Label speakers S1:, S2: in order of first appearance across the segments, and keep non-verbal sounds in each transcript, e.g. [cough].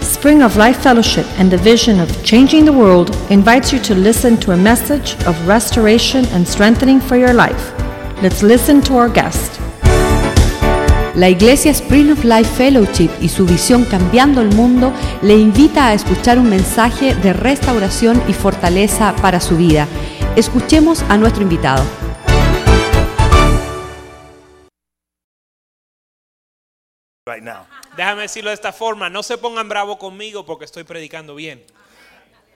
S1: Spring of Life Fellowship and the vision of changing the world invites you to listen to a message of restoration and strengthening for your life. Let's listen to our guest.
S2: La Iglesia Spring of Life Fellowship y su visión Cambiando el Mundo le invita a escuchar un mensaje de restauración y fortaleza para su vida. Escuchemos a nuestro invitado.
S3: right now.
S4: Déjame decirlo de esta forma, no se pongan bravo conmigo porque estoy predicando bien.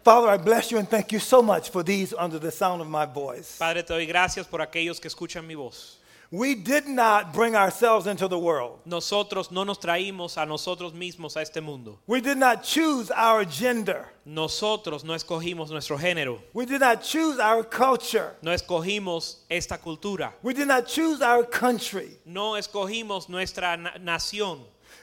S3: Father, I bless you and thank you so much for these under the sound of my voice.
S4: Padre, te doy gracias por aquellos que escuchan mi voz.
S3: We did not bring ourselves into the world.
S4: Nosotros no nos traímos a nosotros mismos a este mundo.
S3: We did not choose our gender.
S4: Nosotros no escogimos nuestro género,
S3: We did not choose our culture.
S4: no escogimos esta cultura,
S3: We did not choose our country.
S4: no escogimos nuestra na- nación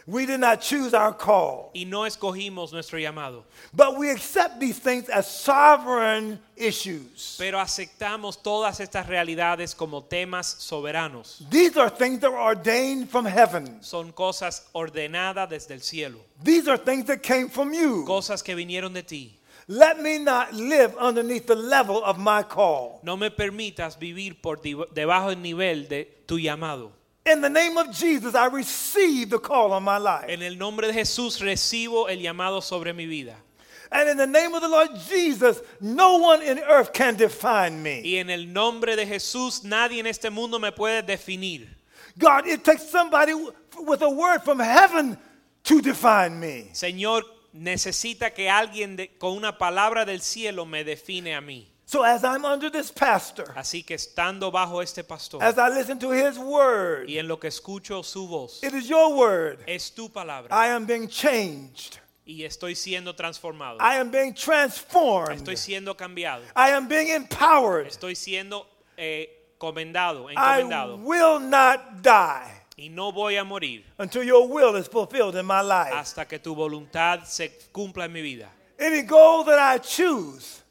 S3: We did not choose our call.
S4: y no escogimos nuestro llamado.
S3: But we accept these things as sovereign issues.
S4: Pero aceptamos todas estas realidades como temas soberanos.
S3: These are things that were ordained from heaven.
S4: Son cosas ordenadas desde el cielo,
S3: These are things that came from you.
S4: cosas que vinieron de ti.
S3: Let me not live underneath the level of my call.
S4: No me permitas vivir por di- debajo del nivel de tu llamado.
S3: In the name of Jesus, I receive the call on my life.
S4: En el nombre de Jesús recibo el llamado sobre mi vida.
S3: And in the name of the Lord Jesus, no one in earth can define me.
S4: Y en el nombre de Jesús nadie en este mundo me puede definir.
S3: God, it takes somebody w- with a word from heaven to define me.
S4: Señor, necesita que alguien de- con una palabra del cielo me define a mí.
S3: So as I'm under this pastor,
S4: Así que estando bajo este pastor
S3: as I listen to his word,
S4: y en lo que escucho su voz,
S3: it is your word.
S4: es tu
S3: I
S4: palabra
S3: am being changed.
S4: y estoy siendo transformado.
S3: I am being
S4: Estoy
S3: transformed.
S4: siendo cambiado.
S3: I am being empowered.
S4: Estoy siendo eh, comendado,
S3: I
S4: encomendado.
S3: will not die
S4: Y no voy a morir
S3: until your will is fulfilled in my life.
S4: hasta que tu voluntad se cumpla en mi vida.
S3: Any goal that I choose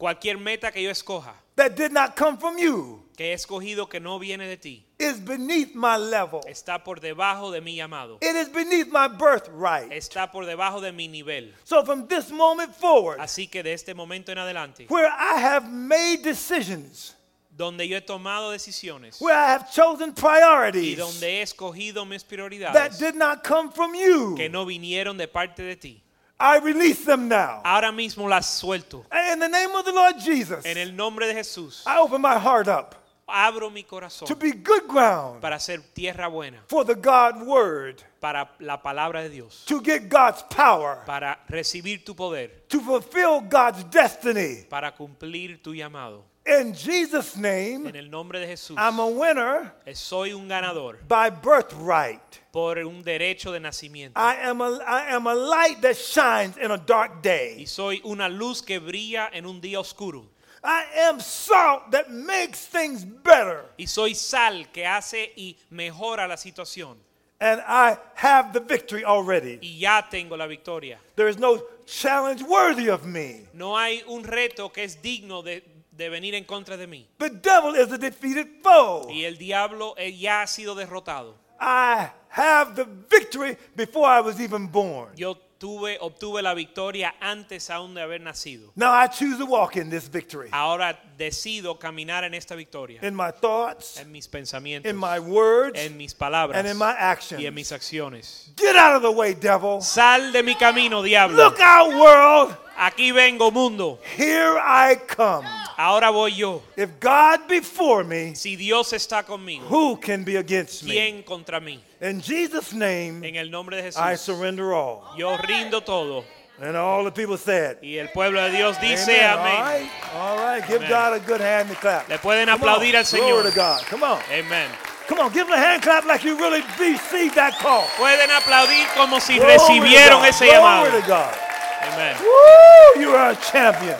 S4: Cualquier meta que yo escoja,
S3: that did not come from you
S4: que he escogido que no viene de ti,
S3: is beneath my level.
S4: está por debajo de mi llamado.
S3: It is beneath my birthright.
S4: Está por debajo de mi nivel.
S3: So from this moment forward,
S4: Así que de este momento en adelante,
S3: where I have made decisions,
S4: donde yo he tomado decisiones
S3: where I have chosen
S4: y
S3: priorities
S4: donde he escogido mis
S3: that
S4: prioridades
S3: did not come from
S4: que
S3: you,
S4: no vinieron de parte de ti,
S3: I release them now.
S4: ahora mismo las suelto.
S3: And in the name of the Lord Jesus,
S4: En el nombre de Jesús,
S3: I open my heart up
S4: abro mi
S3: to
S4: corazón
S3: be good ground
S4: para ser tierra buena,
S3: for the God word,
S4: para la palabra de Dios,
S3: to get God's power,
S4: para recibir tu poder,
S3: to fulfill God's destiny.
S4: para cumplir tu llamado.
S3: In Jesus' name,
S4: En el nombre de Jesús,
S3: I'm a winner
S4: soy un ganador
S3: by birthright.
S4: por un derecho de nacimiento.
S3: I am a, I am a light that shines in a dark
S4: Y
S3: day.
S4: soy una luz que brilla en un día oscuro.
S3: I am salt that makes things better.
S4: Y soy sal que hace y mejora la situación.
S3: And I have the victory already.
S4: Y ya tengo la victoria.
S3: There is no challenge worthy of me.
S4: No hay un reto que es digno de, de venir en contra de mí.
S3: The devil is a defeated foe.
S4: Y el diablo eh, ya ha sido derrotado.
S3: I have the victory before I was even born.
S4: Yo tuve, obtuve la victoria antes aún de haber nacido.
S3: Now I choose to walk in this victory.
S4: Ahora decido caminar en esta victoria.
S3: In my thoughts,
S4: En mis pensamientos.
S3: in my words,
S4: en mis palabras.
S3: and in my actions.
S4: y en mis acciones.
S3: Get out of the way, devil.
S4: Sal de mi camino, diablo.
S3: Look out, world.
S4: Aquí vengo, mundo.
S3: Here I come.
S4: Ahora voy yo.
S3: If God before me,
S4: Si Dios está conmigo,
S3: who can be against me?
S4: ¿quién contra mí?
S3: In Jesus' name,
S4: En el nombre de
S3: I
S4: Jesús,
S3: surrender all.
S4: yo rindo todo.
S3: And all the people said,
S4: Y el pueblo de Dios dice
S3: Amen. All
S4: amén.
S3: right, all right. Give
S4: Amen.
S3: God a good hand and clap.
S4: Le pueden
S3: Come
S4: aplaudir
S3: on.
S4: al Señor.
S3: Glory to God. Come on.
S4: Amén.
S3: Come on. Give him a hand clap like you really received that call.
S4: Pueden aplaudir como si
S3: Glory to
S4: recibieron
S3: God.
S4: ese llamado.
S3: Glory to God.
S4: Amén.
S3: Woo! You are a champion.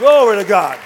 S3: Glory to God.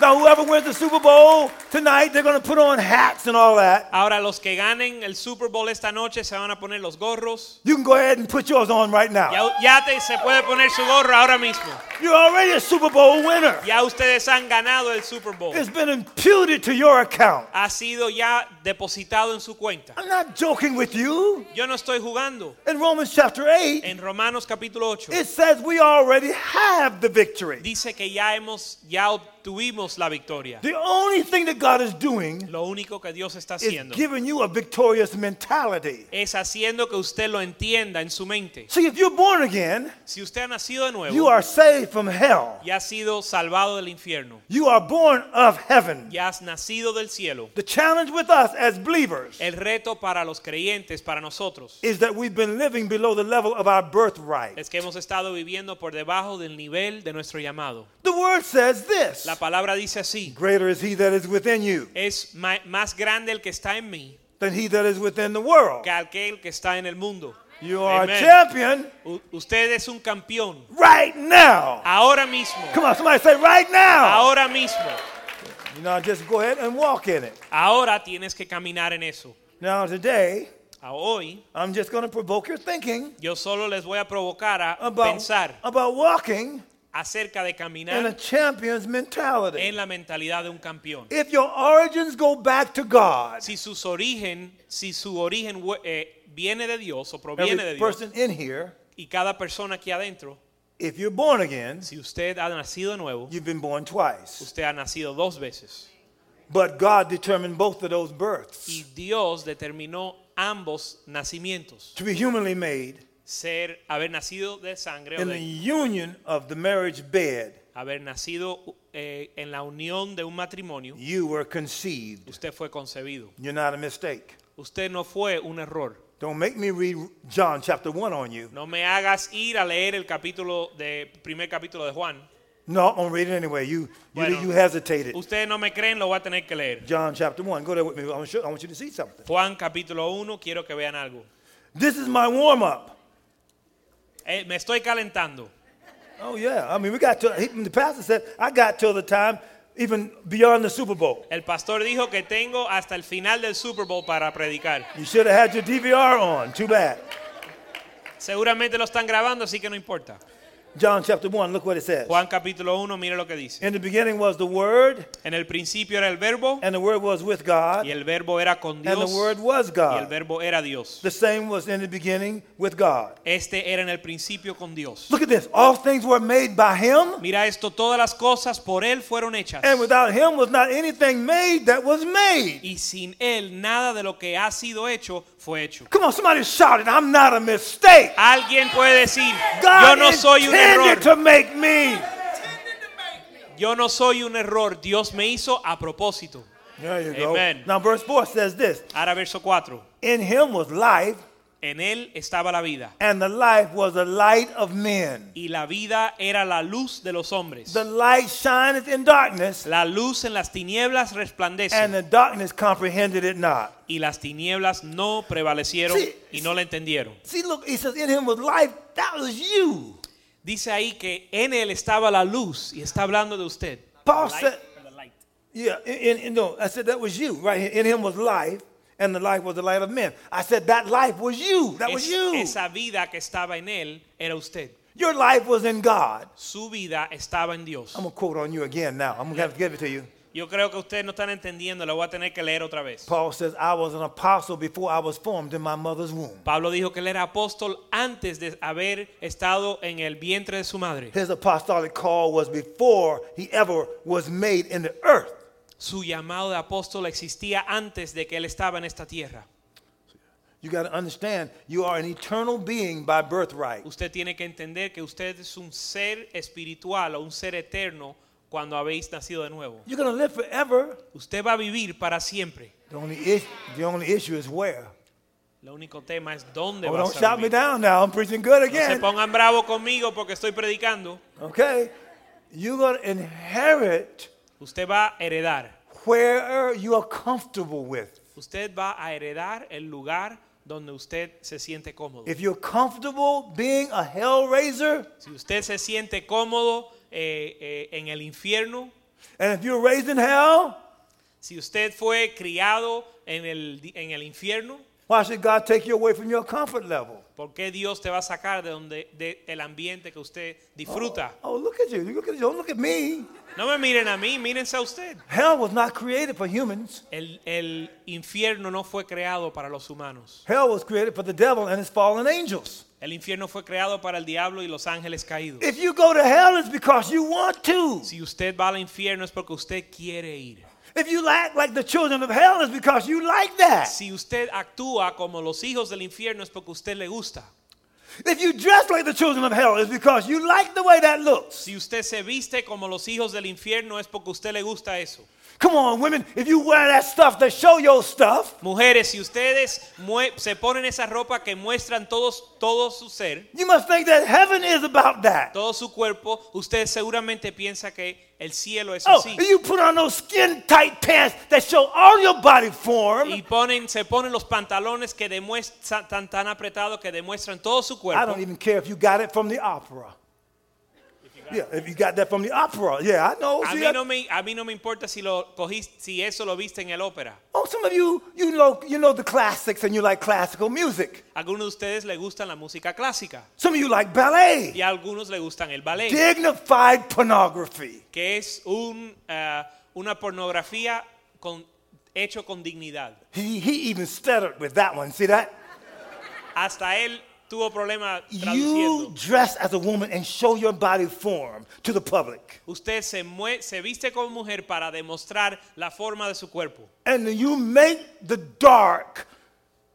S3: Now, whoever wins the Super Bowl, tonight, they're going to put on hats and all that.
S4: Ahora los que ganen el Super Bowl esta noche se van a poner los gorros.
S3: You can go ahead and put yours on right now.
S4: Ya, ya te- se puede poner su gorro ahora mismo.
S3: You're already a Super Bowl winner.
S4: Ya ustedes han ganado el Super Bowl.
S3: It's been imputed to your account.
S4: Ha sido ya depositado en su cuenta.
S3: I'm not joking with you.
S4: Yo no estoy jugando.
S3: In Romans chapter 8,
S4: En Romanos capítulo 8
S3: it says we already have the victory.
S4: dice que ya hemos ya obtuvimos la victoria.
S3: The only thing that God is doing
S4: Lo único que Dios está
S3: is
S4: haciendo
S3: giving you a victorious mentality.
S4: es haciendo que usted lo entienda en su mente.
S3: See, if you're born again,
S4: Si usted ha nacido de
S3: you
S4: nuevo
S3: are saved from hell.
S4: y ha sido salvado del infierno,
S3: You are born of heaven.
S4: ya has nacido del cielo.
S3: The challenge with us as believers
S4: El reto para los creyentes, para nosotros,
S3: is that we've been living below the level of our birthright.
S4: es que hemos estado viviendo por debajo del nivel de nuestro llamado.
S3: The word says this
S4: La palabra dice así,
S3: Greater is he that is within you
S4: es ma- más grande el que está en mí
S3: than he that is within the world.
S4: que aquel que está en el mundo.
S3: You are
S4: Amen.
S3: a champion
S4: U- usted es un campeón.
S3: right now.
S4: Ahora mismo.
S3: Come on, somebody say right now.
S4: Ahora mismo.
S3: You know, just go ahead and walk in it.
S4: Ahora tienes que caminar en eso.
S3: Now, today,
S4: A hoy
S3: I'm just going to provoke your thinking
S4: yo solo les voy a provocar a
S3: about,
S4: pensar
S3: about walking
S4: acerca de
S3: in a
S4: caminar
S3: champion's mentality.
S4: en la mentalidad de un campeón.
S3: If your origins go back to God,
S4: Si sus origen, si su origen hue- eh, viene de Dios o proviene de
S3: every
S4: Dios
S3: person in here,
S4: y cada persona aquí adentro,
S3: if you're born again,
S4: si usted ha nacido de nuevo,
S3: you've been born twice.
S4: usted ha nacido dos veces
S3: But God determined both of those births
S4: y Dios determinó ambos nacimientos,
S3: to be humanly made
S4: ser haber nacido de sangre o
S3: in the
S4: de
S3: union of the marriage bed.
S4: haber nacido eh, en la unión de un matrimonio,
S3: You were conceived.
S4: usted fue concebido.
S3: You're not a mistake.
S4: Usted no fue un error.
S3: Don't make me read John chapter 1 on you.
S4: No me hagas ir a leer el capítulo de primer capítulo de Juan.
S3: No, I'm gonna read it anyway. You, you,
S4: Bueno.
S3: you hesitated.
S4: Ustedes no me creen, lo voy a tener que leer.
S3: John chapter 1. Go there with me. I want, you, I want you to see something.
S4: Juan capítulo 1, quiero que vean algo.
S3: This is my warm up.
S4: Eh, me estoy calentando.
S3: Oh, yeah. I mean, we got to, he, the pastor said, I got till the time, even beyond the Super Bowl.
S4: El pastor dijo que tengo hasta el final del Super Bowl para predicar.
S3: You should have had your DVR on. Too bad.
S4: Seguramente lo están grabando, así que no importa.
S3: John chapter 1, look what it says.
S4: Juan capítulo 1, mire lo que dice.
S3: In the beginning was the Word,
S4: En el principio era el verbo
S3: and the Word was with
S4: y
S3: God,
S4: el verbo era con
S3: and the
S4: Dios
S3: Word was
S4: y el
S3: God.
S4: verbo era Dios.
S3: The same was in the beginning with God.
S4: Este era en el principio con Dios.
S3: Look at this. All things were made by Him,
S4: Mira esto, todas las cosas por él fueron hechas.
S3: and without Him was not anything made that was made.
S4: Y sin él nada de lo que ha sido hecho fue hecho.
S3: Come on, somebody shout it. I'm not a mistake.
S4: Alguien puede decir, yo
S3: God
S4: no soy un
S3: intended
S4: error.
S3: to make me.
S4: Yo no soy un error. Dios me hizo a propósito.
S3: There you go.
S4: Amen.
S3: Now, verse 4 says this
S4: Ahora verso 4.
S3: In Him was life,
S4: En él estaba la vida.
S3: and the life was the light of men.
S4: Y la vida era la luz de los hombres.
S3: The light shineth in darkness,
S4: La luz en las tinieblas
S3: and
S4: resplandece.
S3: the darkness comprehended it not.
S4: Y las tinieblas no prevalecieron
S3: Sí.
S4: y no la entendieron.
S3: See, look, he says, in him was life. That was you.
S4: Dice ahí que en él estaba la luz y está hablando de usted.
S3: Paul said, yeah, in, in, in- no, I said that was you, right here. In him was life, and the life was the light of men. I said that life was you. That was
S4: Es-
S3: you.
S4: esa vida que estaba en él era usted.
S3: Your life was in God.
S4: Su vida estaba en Dios.
S3: I'm going to quote on you again now. I'm going to have to give it to you.
S4: Yo creo que ustedes no están entendiendo, lo voy a tener que leer otra vez.
S3: Paul says, I was an apostle before I was formed in my mother's womb.
S4: Pablo dijo que él era apóstol antes de haber estado en el vientre de su madre.
S3: His apostolic call was before he ever was made in the earth.
S4: Su llamado de apóstol existía antes de que él estaba en esta tierra.
S3: You got to understand, you are an eternal being by birthright.
S4: Usted tiene que entender que usted es un ser espiritual o un ser eterno cuando habéis nacido de nuevo.
S3: You're going to live forever.
S4: Usted va a vivir para siempre.
S3: The only, is, the only issue is where.
S4: Lo único tema es dónde
S3: Oh, don't
S4: vas a
S3: shout me
S4: vivir.
S3: down now. I'm preaching good
S4: No se
S3: again.
S4: pongan bravo conmigo porque estoy predicando.
S3: Okay. You're going to inherit
S4: Usted va a heredar.
S3: where you are comfortable with.
S4: Usted va a heredar el lugar donde usted se siente cómodo.
S3: If you're comfortable being a hell raiser,
S4: Si usted se siente cómodo eh, eh, en el infierno
S3: and if you're raising hell,
S4: Si usted fue criado en el, di- en el infierno,
S3: Why should God take you away from your comfort level?
S4: ¿por qué Dios te va a sacar de donde de el ambiente que usted disfruta?
S3: Oh, look at you. You Look at you. Don't look at me.
S4: No me miren a mí, mírense a usted.
S3: Hell was not created for humans.
S4: El, el infierno no fue creado para los humanos.
S3: Hell was created for the devil and his fallen angels.
S4: El infierno fue creado para el diablo y los ángeles caídos.
S3: If you go to hell, it's because you want to.
S4: Si usted va al infierno es porque usted quiere ir.
S3: If you act like the children of hell, it's because you like that.
S4: Si usted actúa como los hijos del infierno es porque usted le gusta.
S3: If you dress like the children of hell, it's because you like the way that looks.
S4: Si usted se viste como los hijos del infierno es porque usted le gusta eso.
S3: Come on, women. If you wear that stuff that show your stuff,
S4: Mujeres, si ustedes mue- se ponen esa ropa que muestran todos todo su ser,
S3: you must think that heaven is about that.
S4: todo su cuerpo, usted seguramente piensa que el cielo es
S3: Oh,
S4: así.
S3: you put on those skin tight pants that show all your body
S4: Y
S3: form.
S4: ponen, se ponen los pantalones que demuestran tan, tan apretados que demuestran todo su
S3: I
S4: cuerpo.
S3: don't even care if you got it from the opera. Yeah, if you got that from the opera. Yeah, I um, know.
S4: A
S3: See,
S4: mí
S3: that-
S4: no me, a mí no me importa si lo cogiste, si eso lo viste en el ópera.
S3: Oh, some of you, you know, you know the classics and you like classical music.
S4: Algunos de ustedes le gustan la música clásica
S3: Some of you like ballet.
S4: y a algunos le gustan el ballet,
S3: Dignified pornography.
S4: que es un, ah, una pornografía con, hecho con dignidad.
S3: He, he even stuttered with that one. See that?
S4: Hasta él tuvo problemas
S3: You
S4: traduciendo.
S3: dress as a woman and show your body form to the public.
S4: Usted se, mue- se viste como mujer para demostrar la forma de su cuerpo.
S3: And you make the dark,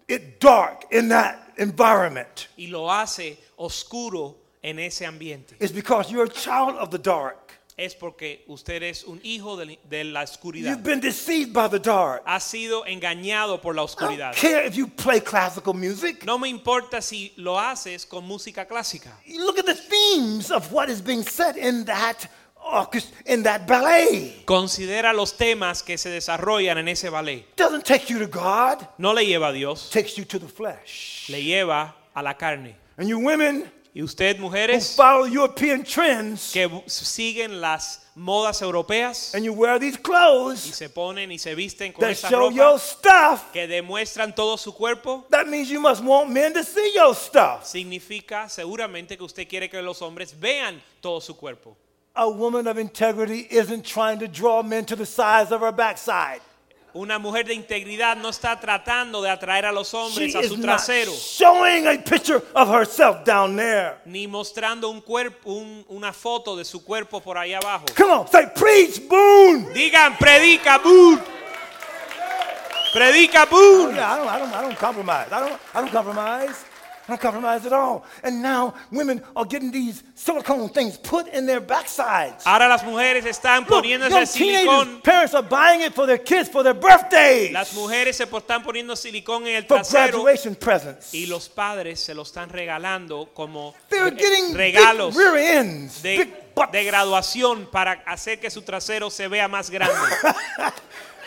S3: it dark in that environment.
S4: y lo hace oscuro en ese ambiente.
S3: It's because you're a child of the dark.
S4: Es porque usted es un hijo del- de, la oscuridad.
S3: You've been deceived by the dark.
S4: Ha sido engañado por la
S3: I don't
S4: oscuridad.
S3: care if you play classical music.
S4: No me importa si lo haces con música clásica.
S3: You Look at the themes of what is being said in that orchestra, in that ballet.
S4: Considera los temas que se desarrollan en ese ballet.
S3: doesn't take you to God,
S4: No le lleva a Dios,
S3: takes you to the flesh.
S4: le lleva a la carne.
S3: And you women
S4: Y usted,
S3: who
S4: mujeres,
S3: follow European trends
S4: que bu- siguen las modas europeas
S3: and you wear these
S4: y
S3: clothes
S4: se ponen y se visten con
S3: that
S4: esa
S3: show your
S4: ropa
S3: stuff,
S4: que demuestran todo su cuerpo,
S3: that means you must want men to see your stuff.
S4: significa seguramente que usted quiere que los hombres vean todo su cuerpo.
S3: A woman of integrity isn't trying to draw men to the size of her backside.
S4: Una mujer de integridad no está tratando de atraer a los
S3: She
S4: hombres a
S3: is
S4: su
S3: not
S4: trasero,
S3: showing a picture of herself down there.
S4: ni mostrando un cuerpo, un- una foto de su cuerpo por ahí abajo.
S3: Come on, say preach, boom.
S4: Digan, predica, boom. Predica,
S3: Oh,
S4: boom.
S3: yeah, I don't, I don't, I don't compromise. I don't, I don't compromise. I don't compromise at all. And now women are getting these silicone things put in their backsides.
S4: Ahora las mujeres están
S3: Look,
S4: poniéndose
S3: young teenagers,
S4: silicón.
S3: parents are buying it for their kids for their birthdays,
S4: Las mujeres se están poniendo silicón en el
S3: for
S4: trasero.
S3: graduation presents.
S4: Y los padres se lo están regalando como
S3: They're
S4: re-
S3: getting
S4: regalos.
S3: big rear ends,
S4: de,
S3: big butts,
S4: de graduación para hacer que su trasero se vea
S3: [laughs]
S4: más grande.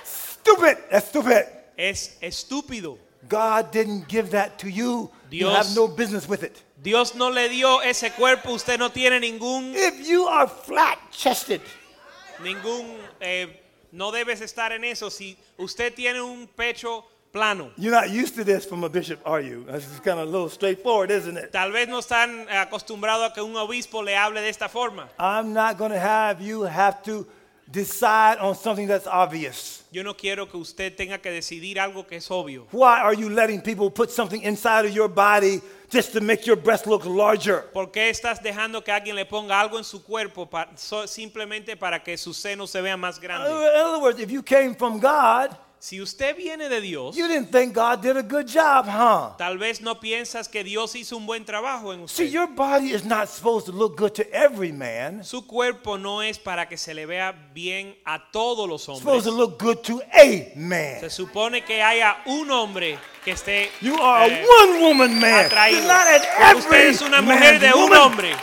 S3: Stupid. That's stupid.
S4: es estúpido.
S3: God didn't give that to you. You
S4: Dios-
S3: have no business with it.
S4: Dios no le dio ese cuerpo, usted no tiene ningún,
S3: If you are flat-chested,
S4: ningún, eh, no debes estar en eso. Si usted tiene un pecho plano,
S3: you're not used to this from a bishop, are you? This is kind of a little straightforward, isn't it?
S4: tal vez no están acostumbrado a que un obispo le hable de esta forma.
S3: I'm not going to have you have to decide on something that's obvious.
S4: Yo no quiero que usted tenga que decidir algo que es obvio.
S3: Why are you letting people put something inside of your body just to make your breast look larger?
S4: ¿Por qué estás dejando que alguien le ponga algo en su cuerpo pa- so- simplemente para que sus senos se vean más
S3: In
S4: grandes?
S3: other words, if you came from God,
S4: Si usted viene de Dios,
S3: you didn't think God did a good job, huh?
S4: tal vez no piensas que Dios hizo un buen trabajo en
S3: See,
S4: usted.
S3: your body is not supposed to look good to every man. It's
S4: Su cuerpo no es para que se le vea bien a todos los
S3: supposed
S4: hombres.
S3: to look good to a man.
S4: Se supone que haya un hombre que esté
S3: You are a
S4: eh,
S3: one woman man.
S4: atraído.
S3: You're not an every
S4: Usted es una mujer
S3: man's
S4: de un
S3: woman.
S4: hombre.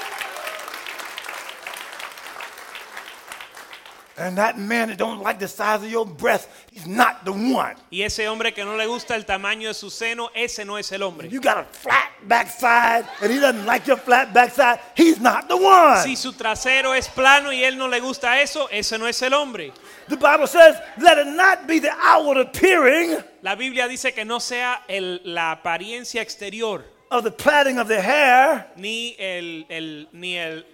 S3: And that man that don't like the size of your breath, he's not the one.
S4: Y ese hombre que no le gusta el tamaño de su seno, ese no es el hombre.
S3: You got a flat backside, and he doesn't like your flat backside. He's not the one.
S4: Si su trasero es plano y él no le gusta eso, ese no es el hombre.
S3: the Bible says, "Let it not be the outward appearing
S4: La Biblia dice que no sea el- la apariencia exterior,
S3: of the plaiting of the hair."
S4: ni el, el- ni el,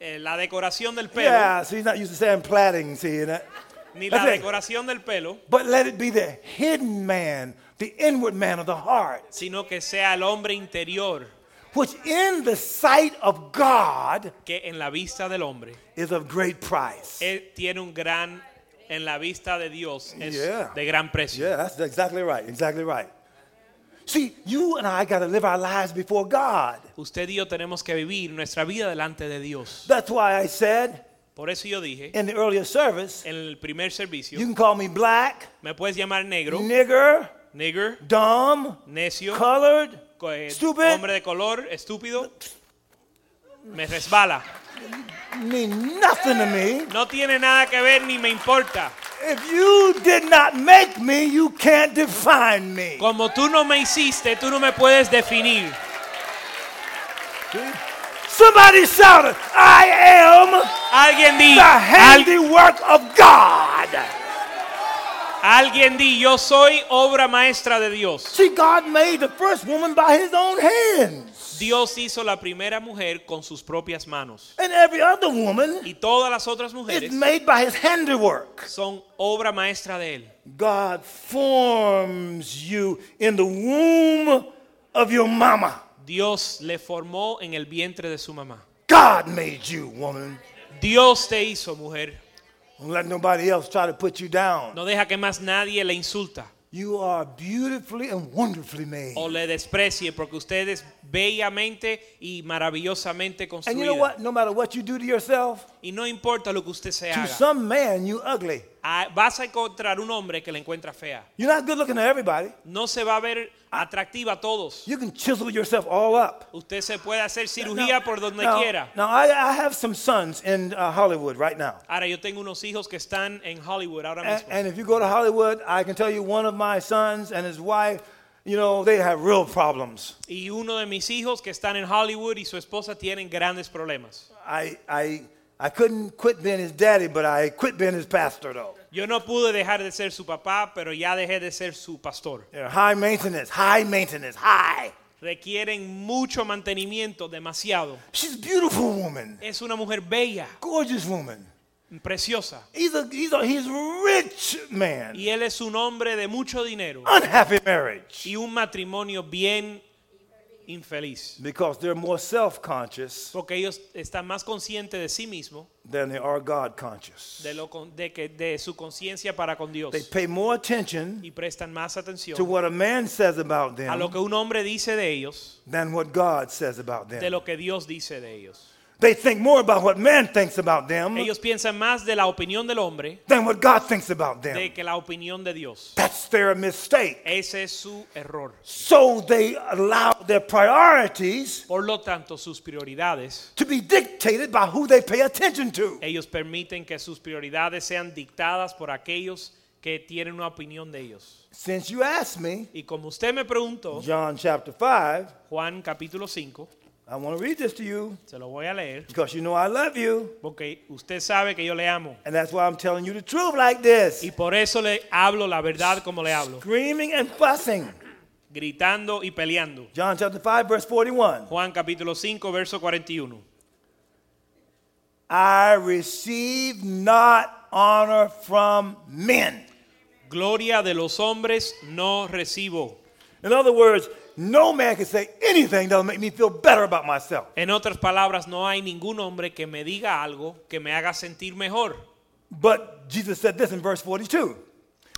S4: eh, la decoración del pelo,
S3: Yeah, so he's not used to saying plaiting, see that.
S4: ni la
S3: That's it.
S4: decoración del pelo,
S3: But let it be the hidden man, the inward man of the heart,
S4: sino que sea el hombre interior,
S3: which in the sight of God
S4: que en la vista del hombre
S3: is of great price.
S4: él tiene un gran, en la vista de Dios es
S3: Yeah.
S4: de gran precio.
S3: Yeah, that's exactly right. Exactly right. See, you and I got to live our lives before God.
S4: Usted y yo tenemos que vivir nuestra vida delante de Dios.
S3: That's why I said
S4: Por eso yo dije
S3: in the earlier service,
S4: en el primer servicio,
S3: you can call me black,
S4: me puedes llamar negro,
S3: nigger,
S4: nigger,
S3: dumb,
S4: necio,
S3: colored.
S4: co- eh,
S3: stupid.
S4: hombre de color, estúpido. Me resbala.
S3: Mean nothing to me.
S4: No tiene nada que ver ni me importa.
S3: If you did not make me, you can't define me.
S4: Como tú no me hiciste, tú no me puedes definir.
S3: Somebody shouted, I am
S4: Alguien di,
S3: the
S4: al-
S3: handiwork of God.
S4: alguien di, yo soy obra maestra de Dios.
S3: See, God made the first woman by his own hands.
S4: Dios hizo la primera mujer con sus propias manos.
S3: And every other woman
S4: Y todas las otras
S3: is
S4: mujeres
S3: made by his handiwork.
S4: son obra maestra de Él.
S3: God forms you in the womb of your mama.
S4: Dios le formó en el vientre de su mamá.
S3: God made you, woman.
S4: Dios te hizo mujer.
S3: Don't let nobody else try to put you down.
S4: No deja que más nadie le insulta
S3: You are beautifully and wonderfully made.
S4: o le desprecie porque usted es bellamente y maravillosamente
S3: And you know
S4: construida.
S3: what? No matter what you do to yourself,
S4: Y no importa lo que usted se
S3: to
S4: haga.
S3: some man, you ugly.
S4: Ah, Vas a encontrar un hombre que la encuentra fea.
S3: You're not good looking to everybody.
S4: No se va a ver atractiva a todos.
S3: Ah. You can chisel yourself all up.
S4: Usted se puede hacer cirugía por donde
S3: now,
S4: quiera.
S3: Now, I, I have some sons in uh, Hollywood right now.
S4: Ahora yo tengo unos hijos que están en Hollywood ahora
S3: And,
S4: mismo.
S3: and if you go to Hollywood, I can tell you one of my sons and his wife, you know, they have real problems.
S4: y uno de mis hijos que están en Hollywood y su esposa tienen grandes problemas.
S3: I, I, I couldn't quit being his daddy, but I quit being his pastor, though.
S4: Yo no pude dejar de ser su papá, pero ya dejé de ser su pastor.
S3: They're high maintenance, high maintenance, high.
S4: Requieren mucho mantenimiento, demasiado.
S3: She's a beautiful woman,
S4: Es una mujer bella,
S3: gorgeous woman.
S4: preciosa.
S3: He's a, he's a, he's a rich man,
S4: Y él es un hombre de mucho dinero
S3: unhappy marriage.
S4: y un matrimonio bien infeliz.
S3: Because they're more self conscious
S4: Porque ellos están más conscientes de sí mismos,
S3: than they are God conscious.
S4: de, lo con- de, que, de su conciencia para con Dios.
S3: They pay more attention
S4: Y prestan más
S3: to
S4: atención
S3: what a man says about
S4: a lo
S3: them
S4: que un hombre dice de ellos,
S3: than what God says about
S4: de
S3: them.
S4: lo que Dios dice de ellos.
S3: They think more about what man thinks about them
S4: Ellos piensan más de la opinión del hombre
S3: than what God thinks about
S4: de
S3: them.
S4: que la opinión de Dios.
S3: That's their mistake.
S4: Ese es su error.
S3: So they allow their priorities
S4: Por lo tanto, sus prioridades,
S3: to be dictated by who they pay attention to.
S4: ellos permiten que sus prioridades sean dictadas por aquellos que tienen una opinión de ellos.
S3: Since you asked me,
S4: Y como usted me preguntó,
S3: John chapter 5,
S4: Juan capítulo 5,
S3: I want to read this to you
S4: se lo voy a leer,
S3: because you know I love you.
S4: porque usted sabe que yo le amo.
S3: And that's why I'm telling you the truth like this.
S4: Y por eso le hablo la verdad como le hablo,
S3: Screaming and fussing.
S4: gritando y peleando.
S3: John chapter 5, verse 41.
S4: Juan capítulo 5, verso 41.
S3: I receive not honor from men.
S4: Gloria de los hombres no recibo.
S3: In other words, no man can say anything that'll make me feel better about myself.
S4: En otras palabras, no hay ningún hombre que me diga algo que me haga sentir mejor.
S3: But Jesus said this in verse 42.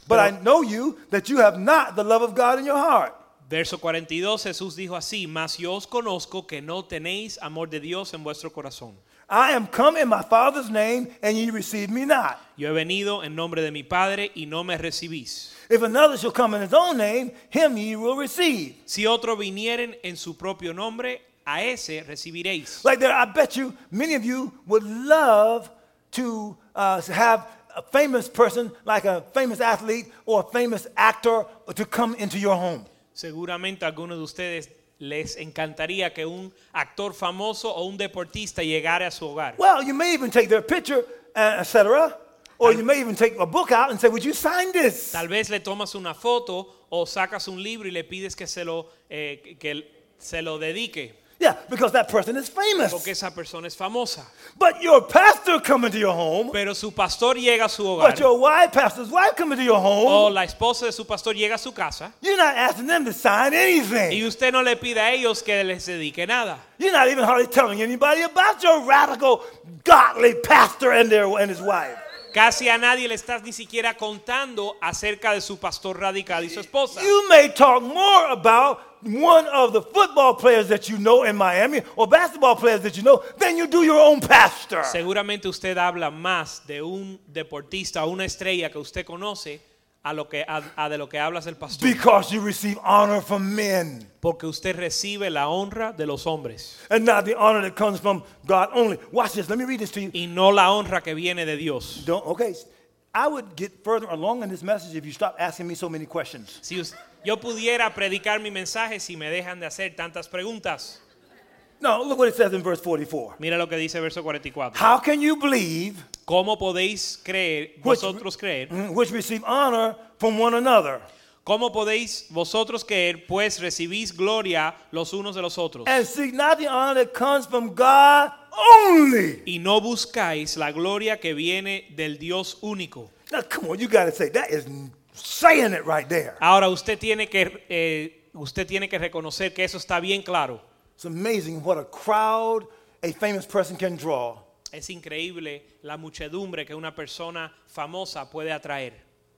S3: But I know you that you have not the love of God in your heart.
S4: Verso 42, Jesús dijo así, mas yo os conozco que no tenéis amor de Dios en vuestro corazón.
S3: I am come in my Father's name, and ye receive me not.
S4: Yo he venido en nombre de mi Padre y no me recibís.
S3: If another shall come in his own name, him ye will receive.
S4: Si otro vinieren en su propio nombre, a ese recibiréis.
S3: Like there, I bet you many of you would love to uh, have a famous person, like a famous athlete or a famous actor, to come into your home.
S4: Seguramente a algunos de ustedes les encantaría que un actor famoso o un deportista llegara a su hogar.
S3: Well, you may even take their picture, uh, etc. Or you may even take a book out and say, Would you sign this?
S4: Tal vez le tomas una foto o sacas un libro y le pides que se lo, eh, que se lo dedique,
S3: Yeah, because that person is
S4: porque
S3: famous.
S4: esa persona es famosa.
S3: But your pastor come into your home.
S4: Pero su pastor llega a su hogar
S3: But your wife, pastor's wife come into your
S4: o
S3: home.
S4: la esposa de su pastor llega a su casa
S3: You're not asking them to sign anything.
S4: y usted no le pide a ellos que les dedique nada.
S3: You're not even hardly telling anybody about your radical, godly pastor and, their, and his wife.
S4: Casi a nadie le estás ni siquiera contando acerca de su pastor radical y su esposa.
S3: You may talk more about one of the football players that you know in Miami or basketball players that you know than you do your own pastor.
S4: Seguramente usted habla más de un deportista o una estrella que usted conoce a lo que a- a de lo que hablas del pastor,
S3: Because you receive honor from men
S4: porque usted recibe la honra de los hombres
S3: and not the honor that comes from God only. Watch this. Let me read this to you.
S4: y no la honra que viene de Dios.
S3: Don't, okay. I would get further along in this message if you stop asking me so many questions.
S4: Si us- yo pudiera predicar mi mensaje si me dejan de hacer tantas preguntas.
S3: No, look what it says in verse 44.
S4: Mira lo que dice verso 44.
S3: How can you believe
S4: ¿Cómo podéis creer
S3: Which-
S4: vosotros creer?
S3: mm, which receive honor from one another?
S4: ¿Cómo podéis vosotros creer pues recibís gloria los unos de los otros?
S3: And seek not the honor that comes from God only.
S4: y no buscáis la gloria que viene del Dios único.
S3: Now, come on, you got to say that is saying it right there.
S4: Ahora usted tiene que eh, usted tiene que reconocer que eso está bien claro.
S3: It's amazing what a crowd a famous person can draw
S4: Es increíble la muchedumbre que una persona famosa puede atraer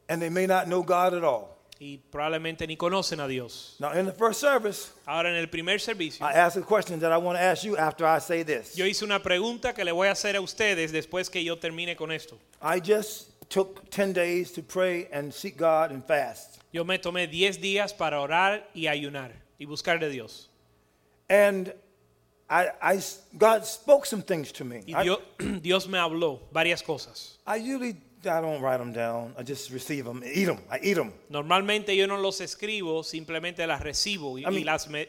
S3: and they may not know God at all.
S4: y probablemente ni conocen a Dios.
S3: Now, in the first service,
S4: Ahora en el primer servicio
S3: I asked a question that I want to ask you after I say this.
S4: yo hice una pregunta que le voy a hacer a ustedes después que yo termine con esto.
S3: I just took 10 days to pray and seek God and fast.
S4: Yo me tomé 10 días para orar y ayunar y buscar de Dios.
S3: And I, I- God spoke some things to me.
S4: Y
S3: I,
S4: Dios, [clears throat] Dios me habló varias cosas.
S3: I usually I don't write them down. I just receive them, eat them. I eat them.
S4: Normalmente yo no los escribo, simplemente las recibo y,
S3: I mean,
S4: y las, me-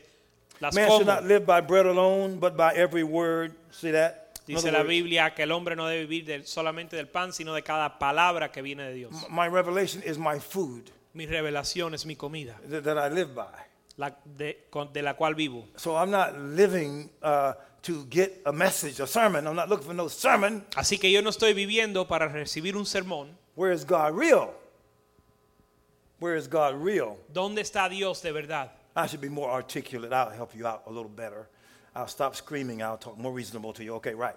S4: las
S3: Man
S4: como.
S3: should not live by bread alone, but by every word. See that? In
S4: Dice
S3: other
S4: la
S3: words,
S4: Biblia que el hombre no debe vivir del- solamente del pan, sino de cada palabra que viene de Dios.
S3: My revelation is my food
S4: Mi revelación es mi comida,
S3: that, that I live by.
S4: la de, con- de la cual vivo.
S3: So I'm not living uh, to get a message, a sermon. I'm not looking for no sermon.
S4: Así que yo no estoy viviendo para recibir un sermón.
S3: Where is God real? Where is God real?
S4: ¿Dónde está Dios de verdad?
S3: I should be more articulate. I'll help you out a little better. I'll stop screaming. I'll talk more reasonable to you. Okay, right.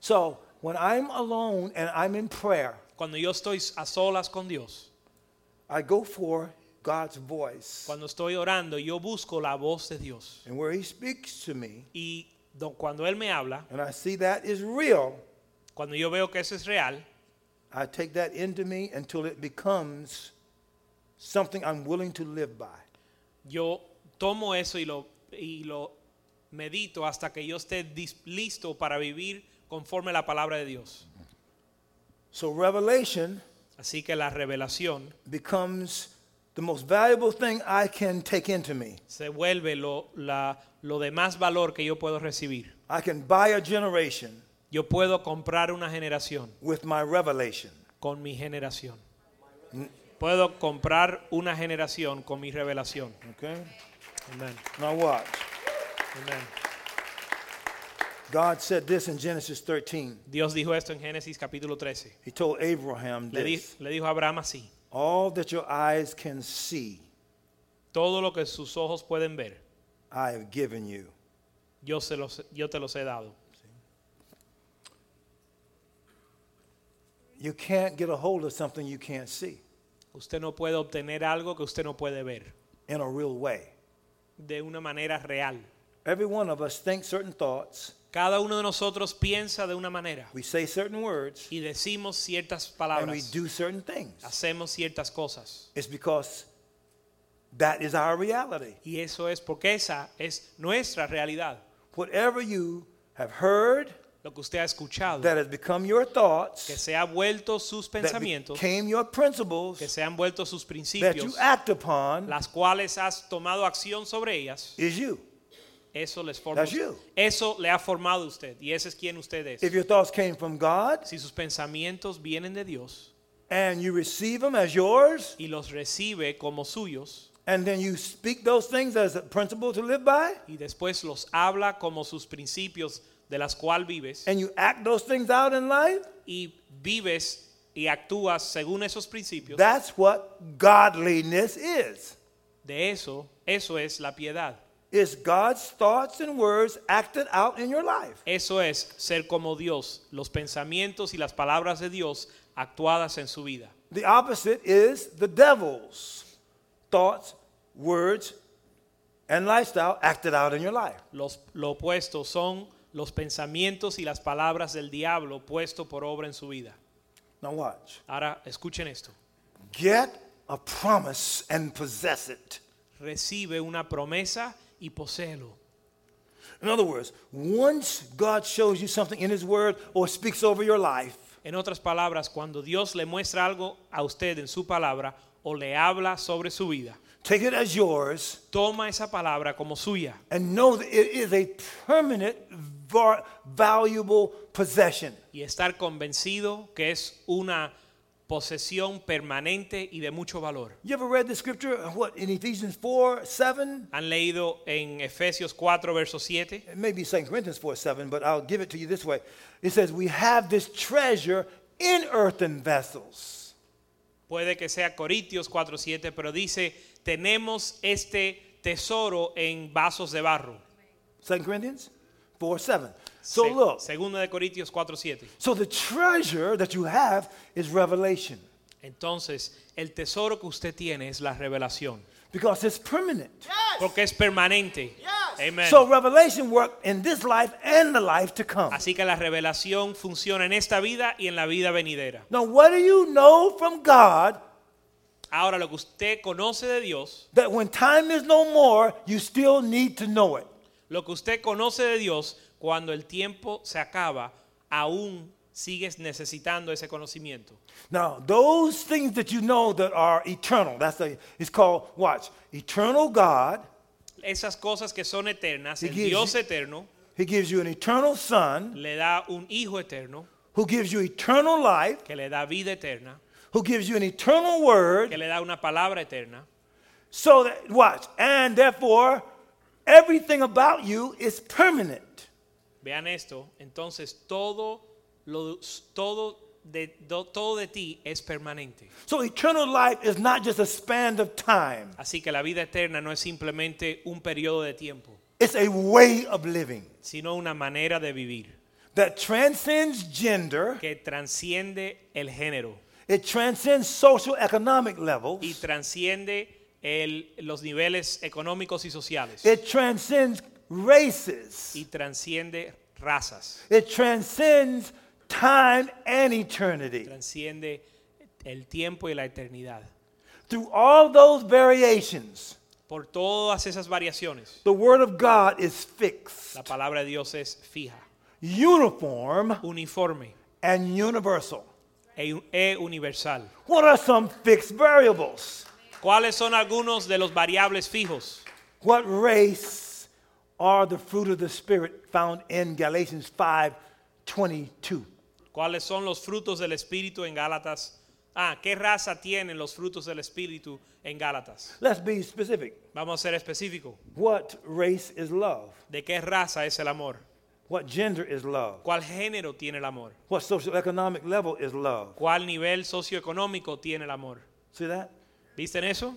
S3: So when I'm alone and I'm in prayer,
S4: Cuando yo estoy a solas con Dios,
S3: I go for God's voice.
S4: cuando estoy orando, yo busco la voz de Dios.
S3: And where He speaks to me,
S4: Y do- cuando Él me habla,
S3: and I see that is real,
S4: cuando yo veo que eso es real,
S3: I take that into me until it becomes something I'm willing to live by.
S4: yo tomo eso y lo, y lo medito hasta que yo esté dis- listo para vivir conforme la palabra de Dios.
S3: So revelation
S4: Así que la revelación
S3: becomes the most valuable thing I can take into me.
S4: se vuelve lo, la- lo de más valor que yo puedo recibir.
S3: I can buy a generation
S4: Yo puedo comprar una generación
S3: with my revelation.
S4: con mi generación. Puedo comprar una generación con mi revelación.
S3: Okay?
S4: Amén.
S3: Now watch.
S4: Amén.
S3: God said this in Genesis 13.
S4: Dios dijo esto en Génesis capítulo 13.
S3: He told Abraham
S4: Le, di-
S3: this.
S4: le dijo a Abraham así,
S3: All that your eyes can see,
S4: todo lo que sus ojos pueden ver,
S3: I have given you.
S4: yo, se los- yo te los he dado.
S3: You can't get a hold of something you can't see
S4: Usted no puede obtener algo que usted no puede ver
S3: in a real way.
S4: de una manera real.
S3: Every one of us thinks certain thoughts.
S4: Cada uno de nosotros piensa de una manera
S3: We say certain words
S4: y decimos ciertas
S3: and we
S4: palabras,
S3: do certain things.
S4: hacemos ciertas cosas.
S3: It's because that is our reality.
S4: Y eso es porque esa es nuestra realidad.
S3: Whatever you have heard,
S4: lo que usted ha escuchado,
S3: that has become your thoughts,
S4: que se ha vuelto sus
S3: that
S4: pensamientos,
S3: became your principles,
S4: que se han vuelto sus
S3: that you
S4: principios,
S3: act upon,
S4: las cuales has tomado acción sobre ellas,
S3: is you.
S4: eso les forma
S3: That's you.
S4: eso le ha formado a usted y ese es quien usted
S3: If
S4: es.
S3: your thoughts came from God
S4: Si sus pensamientos vienen de Dios
S3: and you receive them as yours,
S4: y los recibe como suyos
S3: and then you speak those things as a principle to live by,
S4: y después los habla como sus principios de las cuales vives
S3: and you act those things out in life,
S4: y vives y actúas según esos principios,
S3: that's what godliness is.
S4: de eso, eso es la piedad.
S3: It's God's thoughts and words acted out in your life.
S4: Eso es ser como Dios, los pensamientos y las palabras de Dios actuadas en su vida.
S3: The opposite is the devil's thoughts, words, and lifestyle acted out in your life.
S4: Los, lo opuesto son los pensamientos y las palabras del diablo puesto por obra en su vida.
S3: Now, watch.
S4: Ahora escuchen esto.
S3: Get a promise and possess it.
S4: Recibe una promesa y poséelo.
S3: In other words, once God shows you something in His Word or speaks over your life,
S4: En otras palabras, cuando Dios le muestra algo a usted en su palabra o le habla sobre su vida,
S3: take it as yours
S4: toma esa palabra como suya.
S3: and know that it is a permanent, var- valuable possession.
S4: y estar convencido que es una posesión permanente y de mucho valor.
S3: You ever read the scripture, uh, what, in Ephesians 4 7?
S4: Han leído en Efesios 4, verso 7.
S3: It may be 2 Corinthians 4 7, but I'll give it to you this way. It says, We have this treasure in earthen vessels.
S4: Puede que sea Corintios 4, 7, pero dice, tenemos este tesoro en vasos de barro.
S3: 2 Corinthians 4 7. So
S4: Se-
S3: look,
S4: Segunda de Corintios 4, 7.
S3: so the treasure that you have is revelation
S4: Entonces, el tesoro que usted tiene es la revelación,
S3: because it's permanent.
S4: porque es permanente. Amen.
S3: So revelation work in this life and the life to come.
S4: Así que la revelación funciona en esta vida y en la vida venidera.
S3: Now, what do you know from God
S4: Ahora, lo que usted conoce de Dios
S3: that when time is no more, you still need to know it?
S4: Lo que usted conoce de Dios, cuando el tiempo se acaba, aún sigues necesitando ese conocimiento.
S3: Now, those things that you know that are eternal, that's a, it's called, watch, eternal God.
S4: Esas cosas que son eternas,
S3: He
S4: el
S3: gives
S4: Dios
S3: you-
S4: eterno
S3: He gives you an eternal son
S4: le da un hijo eterno
S3: who gives you eternal life,
S4: que le da vida eterna,
S3: who gives you an eternal
S4: que
S3: word,
S4: le da una palabra eterna.
S3: so that, watch, and therefore everything about you is permanent.
S4: Vean esto, entonces todo lo todo de do- todo de ti es permanente.
S3: So eternal life is not just a span of time,
S4: Así que la vida eterna no es simplemente un periodo de tiempo,
S3: it's a way of living
S4: sino una manera de vivir
S3: that transcends gender,
S4: que transciende el género.
S3: it transcends social economic levels,
S4: y transciende el- los niveles económicos y sociales
S3: it transcends races.
S4: y transciende razas,
S3: It transcends time and eternity.
S4: transciende el tiempo y la eternidad.
S3: Through all those variations,
S4: Por todas esas variaciones,
S3: the Word of God is fixed,
S4: la palabra de Dios es fija,
S3: uniform,
S4: uniforme
S3: and universal.
S4: e, e universal.
S3: What are some fixed variables?
S4: ¿Cuáles son algunos de los variables fijos?
S3: What race are the fruit of the Spirit found in Galatians 5 22?
S4: ¿Cuáles son los frutos del Espíritu en Gálatas? Ah, ¿qué raza tienen los frutos del Espíritu en Gálatas?
S3: Let's be specific.
S4: Vamos a ser específico.
S3: What race is love?
S4: ¿De qué raza es el amor?
S3: What gender is love?
S4: ¿Cuál género tiene el amor?
S3: What social economic level is love?
S4: ¿Cuál nivel socioeconómico tiene el amor?
S3: See that?
S4: ¿Visten eso?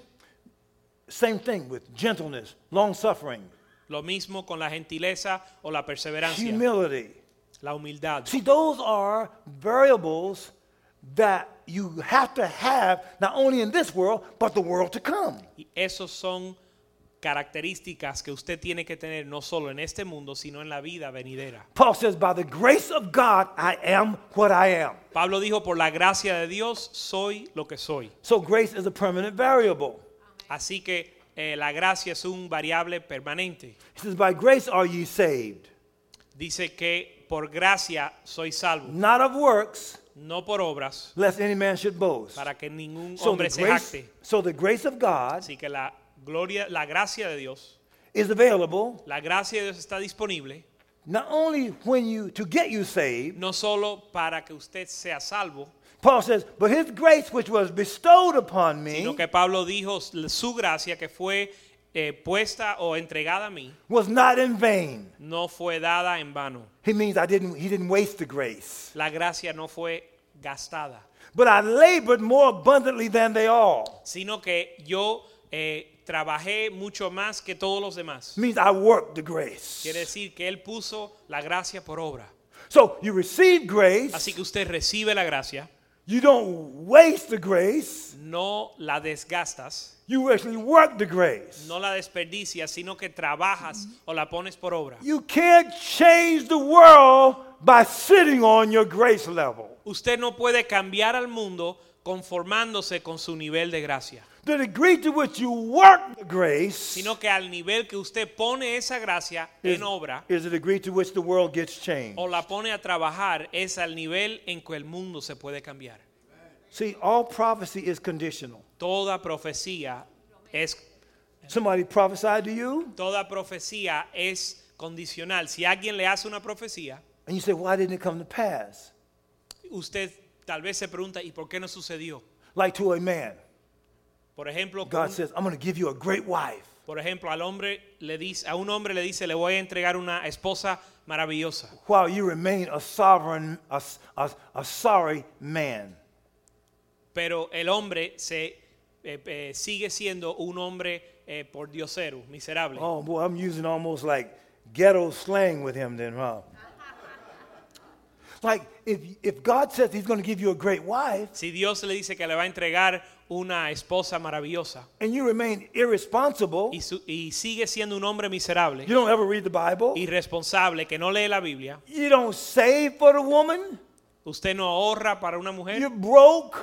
S3: Same thing with gentleness, long suffering,
S4: Lo mismo con la gentileza o la perseverancia,
S3: humility.
S4: la humildad.
S3: See, those are variables that you have to have not only in this world, but the world to come.
S4: Y esos son características que usted tiene que tener no solo en este mundo, sino en la vida venidera.
S3: Paul says, By the grace of God, I am what I am.
S4: Pablo dijo, por la gracia de Dios soy lo que soy.
S3: So grace is a permanent variable.
S4: Así que eh, la gracia es un variable permanente.
S3: He says, By grace are ye saved.
S4: Dice que por gracia soy salvo,
S3: not of works,
S4: no por obras,
S3: lest any man should boast.
S4: para que ningún
S3: So the,
S4: hombre se
S3: grace,
S4: jacte.
S3: so the grace of God
S4: Así que la gloria, la gracia de Dios,
S3: is available
S4: la gracia de Dios está disponible
S3: not only when you to get you saved.
S4: no solo para que usted sea salvo,
S3: Paul says, but his grace which was bestowed upon
S4: sino
S3: me
S4: que Pablo dijo su gracia que fue eh, puesta o entregada a mí
S3: was not in vain.
S4: no fue dada en vano.
S3: He means I didn't he didn't waste the grace.
S4: La gracia no fue gastada,
S3: But I labored more abundantly than they all.
S4: sino que yo eh, trabajé mucho más que todos los demás.
S3: means I worked the grace.
S4: Quiere decir que él puso la gracia por obra.
S3: So you receive grace,
S4: Así que usted recibe la gracia,
S3: you don't waste the grace,
S4: no la desgastas,
S3: you actually work the grace.
S4: no la desperdicias, sino que trabajas o la pones por obra.
S3: You can't change the world by sitting on your grace level.
S4: Usted no puede cambiar al mundo conformándose con su nivel de gracia,
S3: The degree to which you work the grace
S4: sino que al nivel que usted pone esa gracia en obra
S3: is the degree to which the world gets changed.
S4: o la pone a trabajar es al nivel en que el mundo se puede cambiar.
S3: See, all prophecy is conditional.
S4: Toda profecía es
S3: Somebody prophesied to you,
S4: toda profecía es condicional. Si alguien le hace una profecía,
S3: and you say, Why didn't it come to pass?
S4: usted tal vez se pregunta, ¿y por qué no sucedió?
S3: Like to a man,
S4: Por ejemplo,
S3: God
S4: un-
S3: says, I'm going to give you a great wife.
S4: por ejemplo, al hombre le dice, a un hombre le dice, le voy a entregar una esposa maravillosa.
S3: while you remain a sovereign, a, s- a- a sorry man.
S4: Pero el hombre se eh, eh, sigue siendo un hombre eh, por diosero, miserable.
S3: Oh boy, I'm using almost like ghetto slang with him then, huh? [laughs] like if if God says He's going to give you a great wife
S4: Si Dios le dice que le va a entregar una esposa maravillosa
S3: and you remain irresponsible,
S4: y, su- y sigue siendo un hombre miserable,
S3: you don't ever read the Bible,
S4: irresponsable, que no lee la Biblia,
S3: you don't save for the woman,
S4: usted no ahorra para una mujer,
S3: you're broke,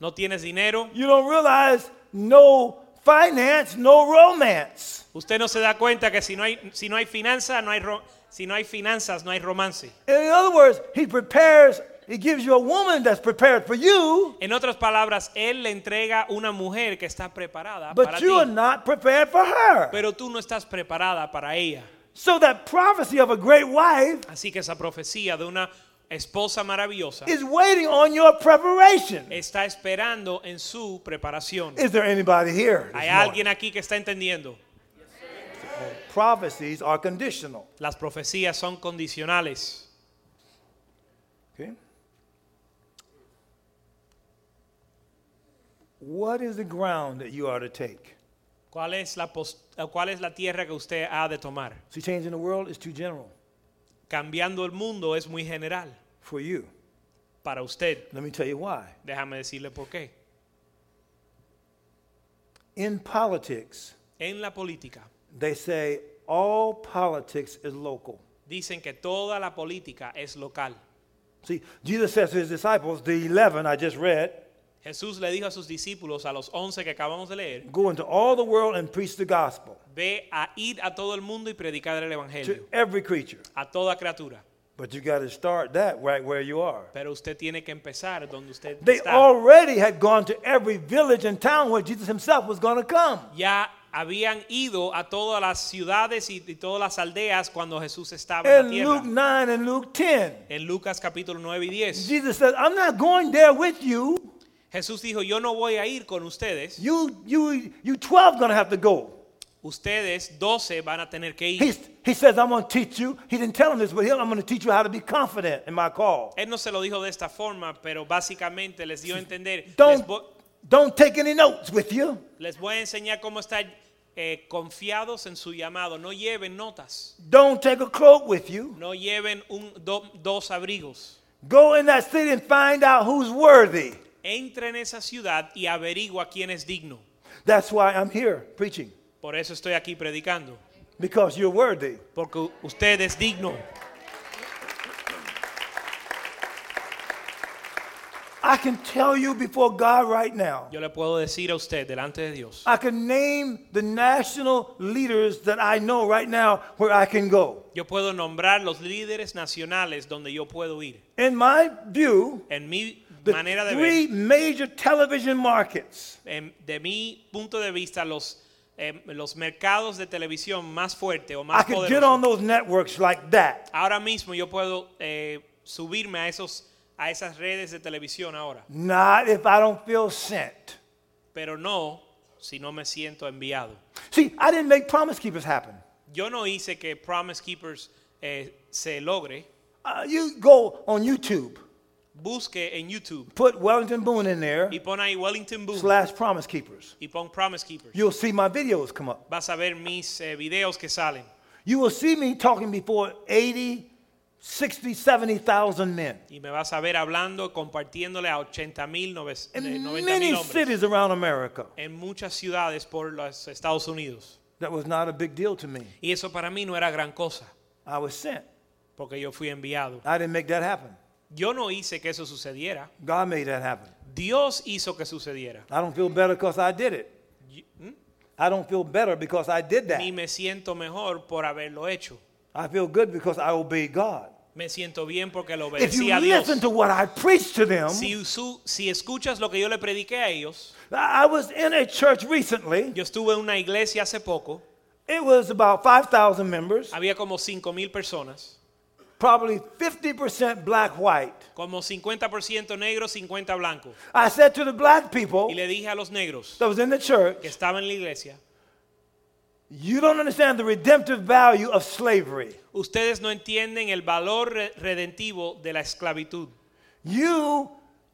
S4: no tienes dinero,
S3: you don't realize no finance, no romance.
S4: usted no se da cuenta que si no hay si no hay finanzas, no hay ro- si no hay finanzas, no hay romance.
S3: In other words, He prepares. He gives you a woman that's prepared for you.
S4: En otras palabras, él le entrega una mujer que está preparada para
S3: But
S4: ti,
S3: you are not prepared for her.
S4: pero tú no estás preparada para ella.
S3: So that prophecy of a great wife
S4: Así que esa profecía de una esposa maravillosa
S3: is waiting on your preparation.
S4: está esperando en su preparación.
S3: Is there anybody here? this
S4: Hay
S3: morning?
S4: alguien aquí que está entendiendo.
S3: Prophecies are conditional.
S4: Las profecías son condicionales.
S3: Okay. What is the ground that you are to take?
S4: ¿Cuál es la pos- eh, cuál es la tierra que usted ha de tomar?
S3: See, changing the world is too general
S4: Cambiando el mundo es muy general
S3: for you.
S4: para usted.
S3: Let me tell you why.
S4: Déjame decirle por qué.
S3: In politics,
S4: En la política
S3: they say all politics is local.
S4: dicen que toda la política es local.
S3: See, Jesus says to his disciples, the 11 I just read,
S4: Jesús le dijo a sus discípulos, a los 11 que acabamos de leer,
S3: Go into all the world and preach the gospel
S4: ve a ir a todo el mundo y predicar el
S3: to
S4: Evangelio
S3: every creature.
S4: a toda criatura.
S3: But you got to start that right where you are.
S4: Pero usted tiene que empezar donde usted
S3: They
S4: está.
S3: already had gone to every village and town where Jesus himself was going to come.
S4: ya habían ido a todas las ciudades y, y todas las aldeas cuando Jesús estaba en la
S3: In
S4: tierra.
S3: Luke 9 and Luke 10,
S4: en Lucas capítulo 9 y 10.
S3: Jesus said, I'm not going there with you.
S4: Jesús dijo, yo no voy a ir con ustedes.
S3: You, you, you 12 going to have to go.
S4: Ustedes 12 van a tener que ir.
S3: He, he says, I'm going to teach you. He didn't tell him this, but he, I'm going to teach you how to be confident in my call.
S4: Él no se lo dijo de esta forma, pero básicamente les dio a entender.
S3: Don't,
S4: Les, vo-
S3: don't take any notes with you.
S4: les voy a enseñar cómo estar eh, confiados en su llamado. No lleven notas.
S3: Don't take a cloak with you.
S4: No lleven un, do- dos abrigos.
S3: Go in that city and find out who's worthy.
S4: Entra en esa ciudad y averigua quién es digno.
S3: That's why I'm here preaching,
S4: Por eso estoy aquí predicando.
S3: because you're worthy.
S4: Porque u- usted es digno.
S3: I can tell you before God right now.
S4: Yo le puedo decir a usted delante de Dios.
S3: I can name the national leaders that I know right now where I can go.
S4: Yo puedo nombrar los líderes nacionales donde yo puedo ir.
S3: In my view,
S4: En mi
S3: the
S4: manera de
S3: three
S4: ver,
S3: major television markets
S4: em, de mi punto de vista, los, em, los mercados de televisión más fuertes o
S3: I
S4: más
S3: could get on
S4: poderosos.
S3: those networks like that.
S4: Ahora mismo yo puedo eh, subirme a, esos, a esas redes de televisión ahora,
S3: Not if I don't feel sent.
S4: pero no si no me siento enviado.
S3: See, I didn't make Promise Keepers happen.
S4: Yo no hice que Promise Keepers eh, se logre.
S3: Uh, you go on YouTube,
S4: Busque en YouTube
S3: put Wellington Boone in there,
S4: y pon ahí Wellington Boone
S3: slash Promise Keepers.
S4: y pon Promise Keepers.
S3: You'll see my videos come up.
S4: Vas a ver mis eh, videos que salen.
S3: You will see me talking before 80, 60, 70,000 men
S4: Y me vas a ver hablando, compartiéndole a 80 mil,
S3: in
S4: 90 mil
S3: many
S4: hombres
S3: cities around America.
S4: en muchas ciudades por los Estados Unidos.
S3: That was not a big deal to me.
S4: Y eso para mí no era gran cosa,
S3: I was sent.
S4: porque yo fui enviado.
S3: I didn't make that happen.
S4: Yo no hice que eso sucediera.
S3: God made that happen.
S4: Dios hizo que sucediera.
S3: I don't feel better because I did it.
S4: Y- ¿Mm?
S3: I don't feel better because I did that.
S4: Ni me siento mejor por haberlo hecho.
S3: I feel good because I obeyed God.
S4: Me siento bien porque lo
S3: If
S4: obedecí
S3: you
S4: a Dios.
S3: listen to what I preached to them,
S4: Si, su- si escuchas lo que yo le prediqué a ellos,
S3: I I was in a church recently.
S4: yo estuve en una iglesia hace poco,
S3: It was about 5,000 members,
S4: había como 5 mil personas,
S3: probably 50% black white.
S4: como 50% negros, 50 blancos.
S3: I said to the black people
S4: Y le dije a los negros
S3: that was in the
S4: que
S3: church,
S4: estaban en la iglesia,
S3: you don't understand the redemptive value of slavery.
S4: ustedes no entienden el valor re- redentivo de la esclavitud.
S3: You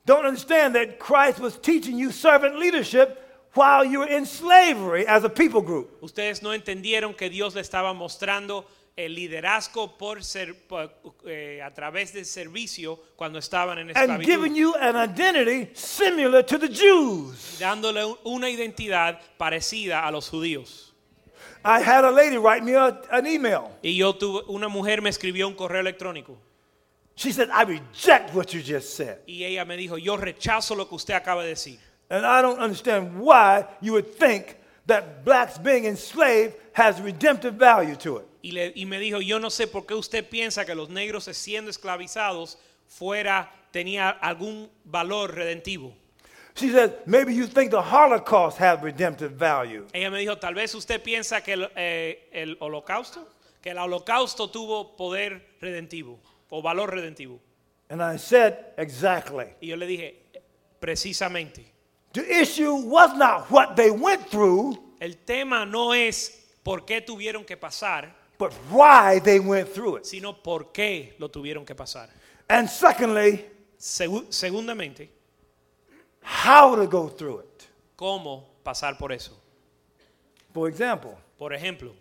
S3: don't understand that Christ was teaching you servant leadership while you were in slavery as a people group.
S4: Ustedes no entendieron que Dios le estaba mostrando el liderazgo por ser, por, eh, a través del servicio cuando estaban en
S3: And giving
S4: esclavitud,
S3: you an identity similar to the Jews.
S4: dándole un- una identidad parecida a los judíos.
S3: I had a lady write me a- an email.
S4: Y yo tuve, una mujer me escribió un correo electrónico
S3: She said, I reject what you just said.
S4: y ella me dijo, yo rechazo lo que usted acaba de decir.
S3: And I don't understand why you would think that blacks being enslaved has redemptive value to it.
S4: Y, le- y me dijo, yo no sé por qué usted piensa que los negros siendo esclavizados fuera, tenía algún valor redentivo.
S3: She said, maybe you think the Holocaust had redemptive value.
S4: Ella me dijo, tal vez usted piensa que el, eh, el holocausto, que el holocausto tuvo poder redentivo o valor redentivo.
S3: And I said, exactly.
S4: Y yo le dije, precisamente,
S3: The issue was not what they went through,
S4: el tema no es por qué tuvieron que pasar,
S3: but why they went through it.
S4: sino por qué lo tuvieron que pasar.
S3: And secondly,
S4: Segu- segundamente,
S3: how to go through it.
S4: cómo pasar por eso.
S3: For example,
S4: Por ejemplo,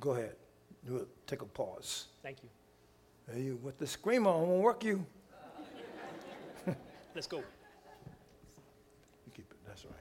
S3: go ahead, Do it. take a pause.
S4: thank you.
S3: Hey, you with the screamer, I'm gonna work you.
S4: Let's go.
S3: You keep it, that's all right.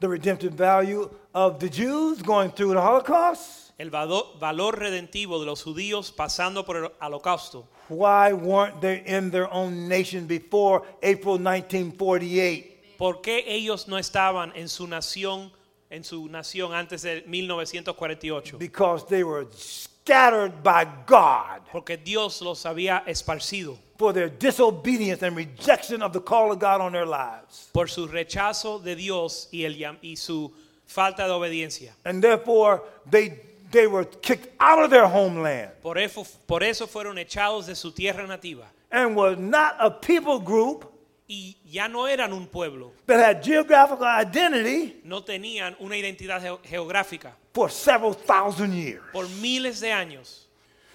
S3: The redemptive value of the Jews going through the Holocaust.
S4: El vado- valor redentivo de los judíos pasando por el holocausto.
S3: Why weren't they in their own nation before April 1948?
S4: ¿Por qué ellos no estaban en su nación, en su nación antes de 1948?
S3: Because they were scattered by God
S4: Porque Dios los había esparcido
S3: for their disobedience and rejection of the call of God on their lives.
S4: por su rechazo de Dios y, el llam- y su falta de obediencia.
S3: And therefore, they, they were kicked out of their homeland
S4: Por eso, por eso fueron echados de su tierra nativa
S3: and were not a people group
S4: y ya no eran un pueblo.
S3: that had geographical identity
S4: no tenían una identidad geo- geográfica
S3: for several thousand years.
S4: por miles de años.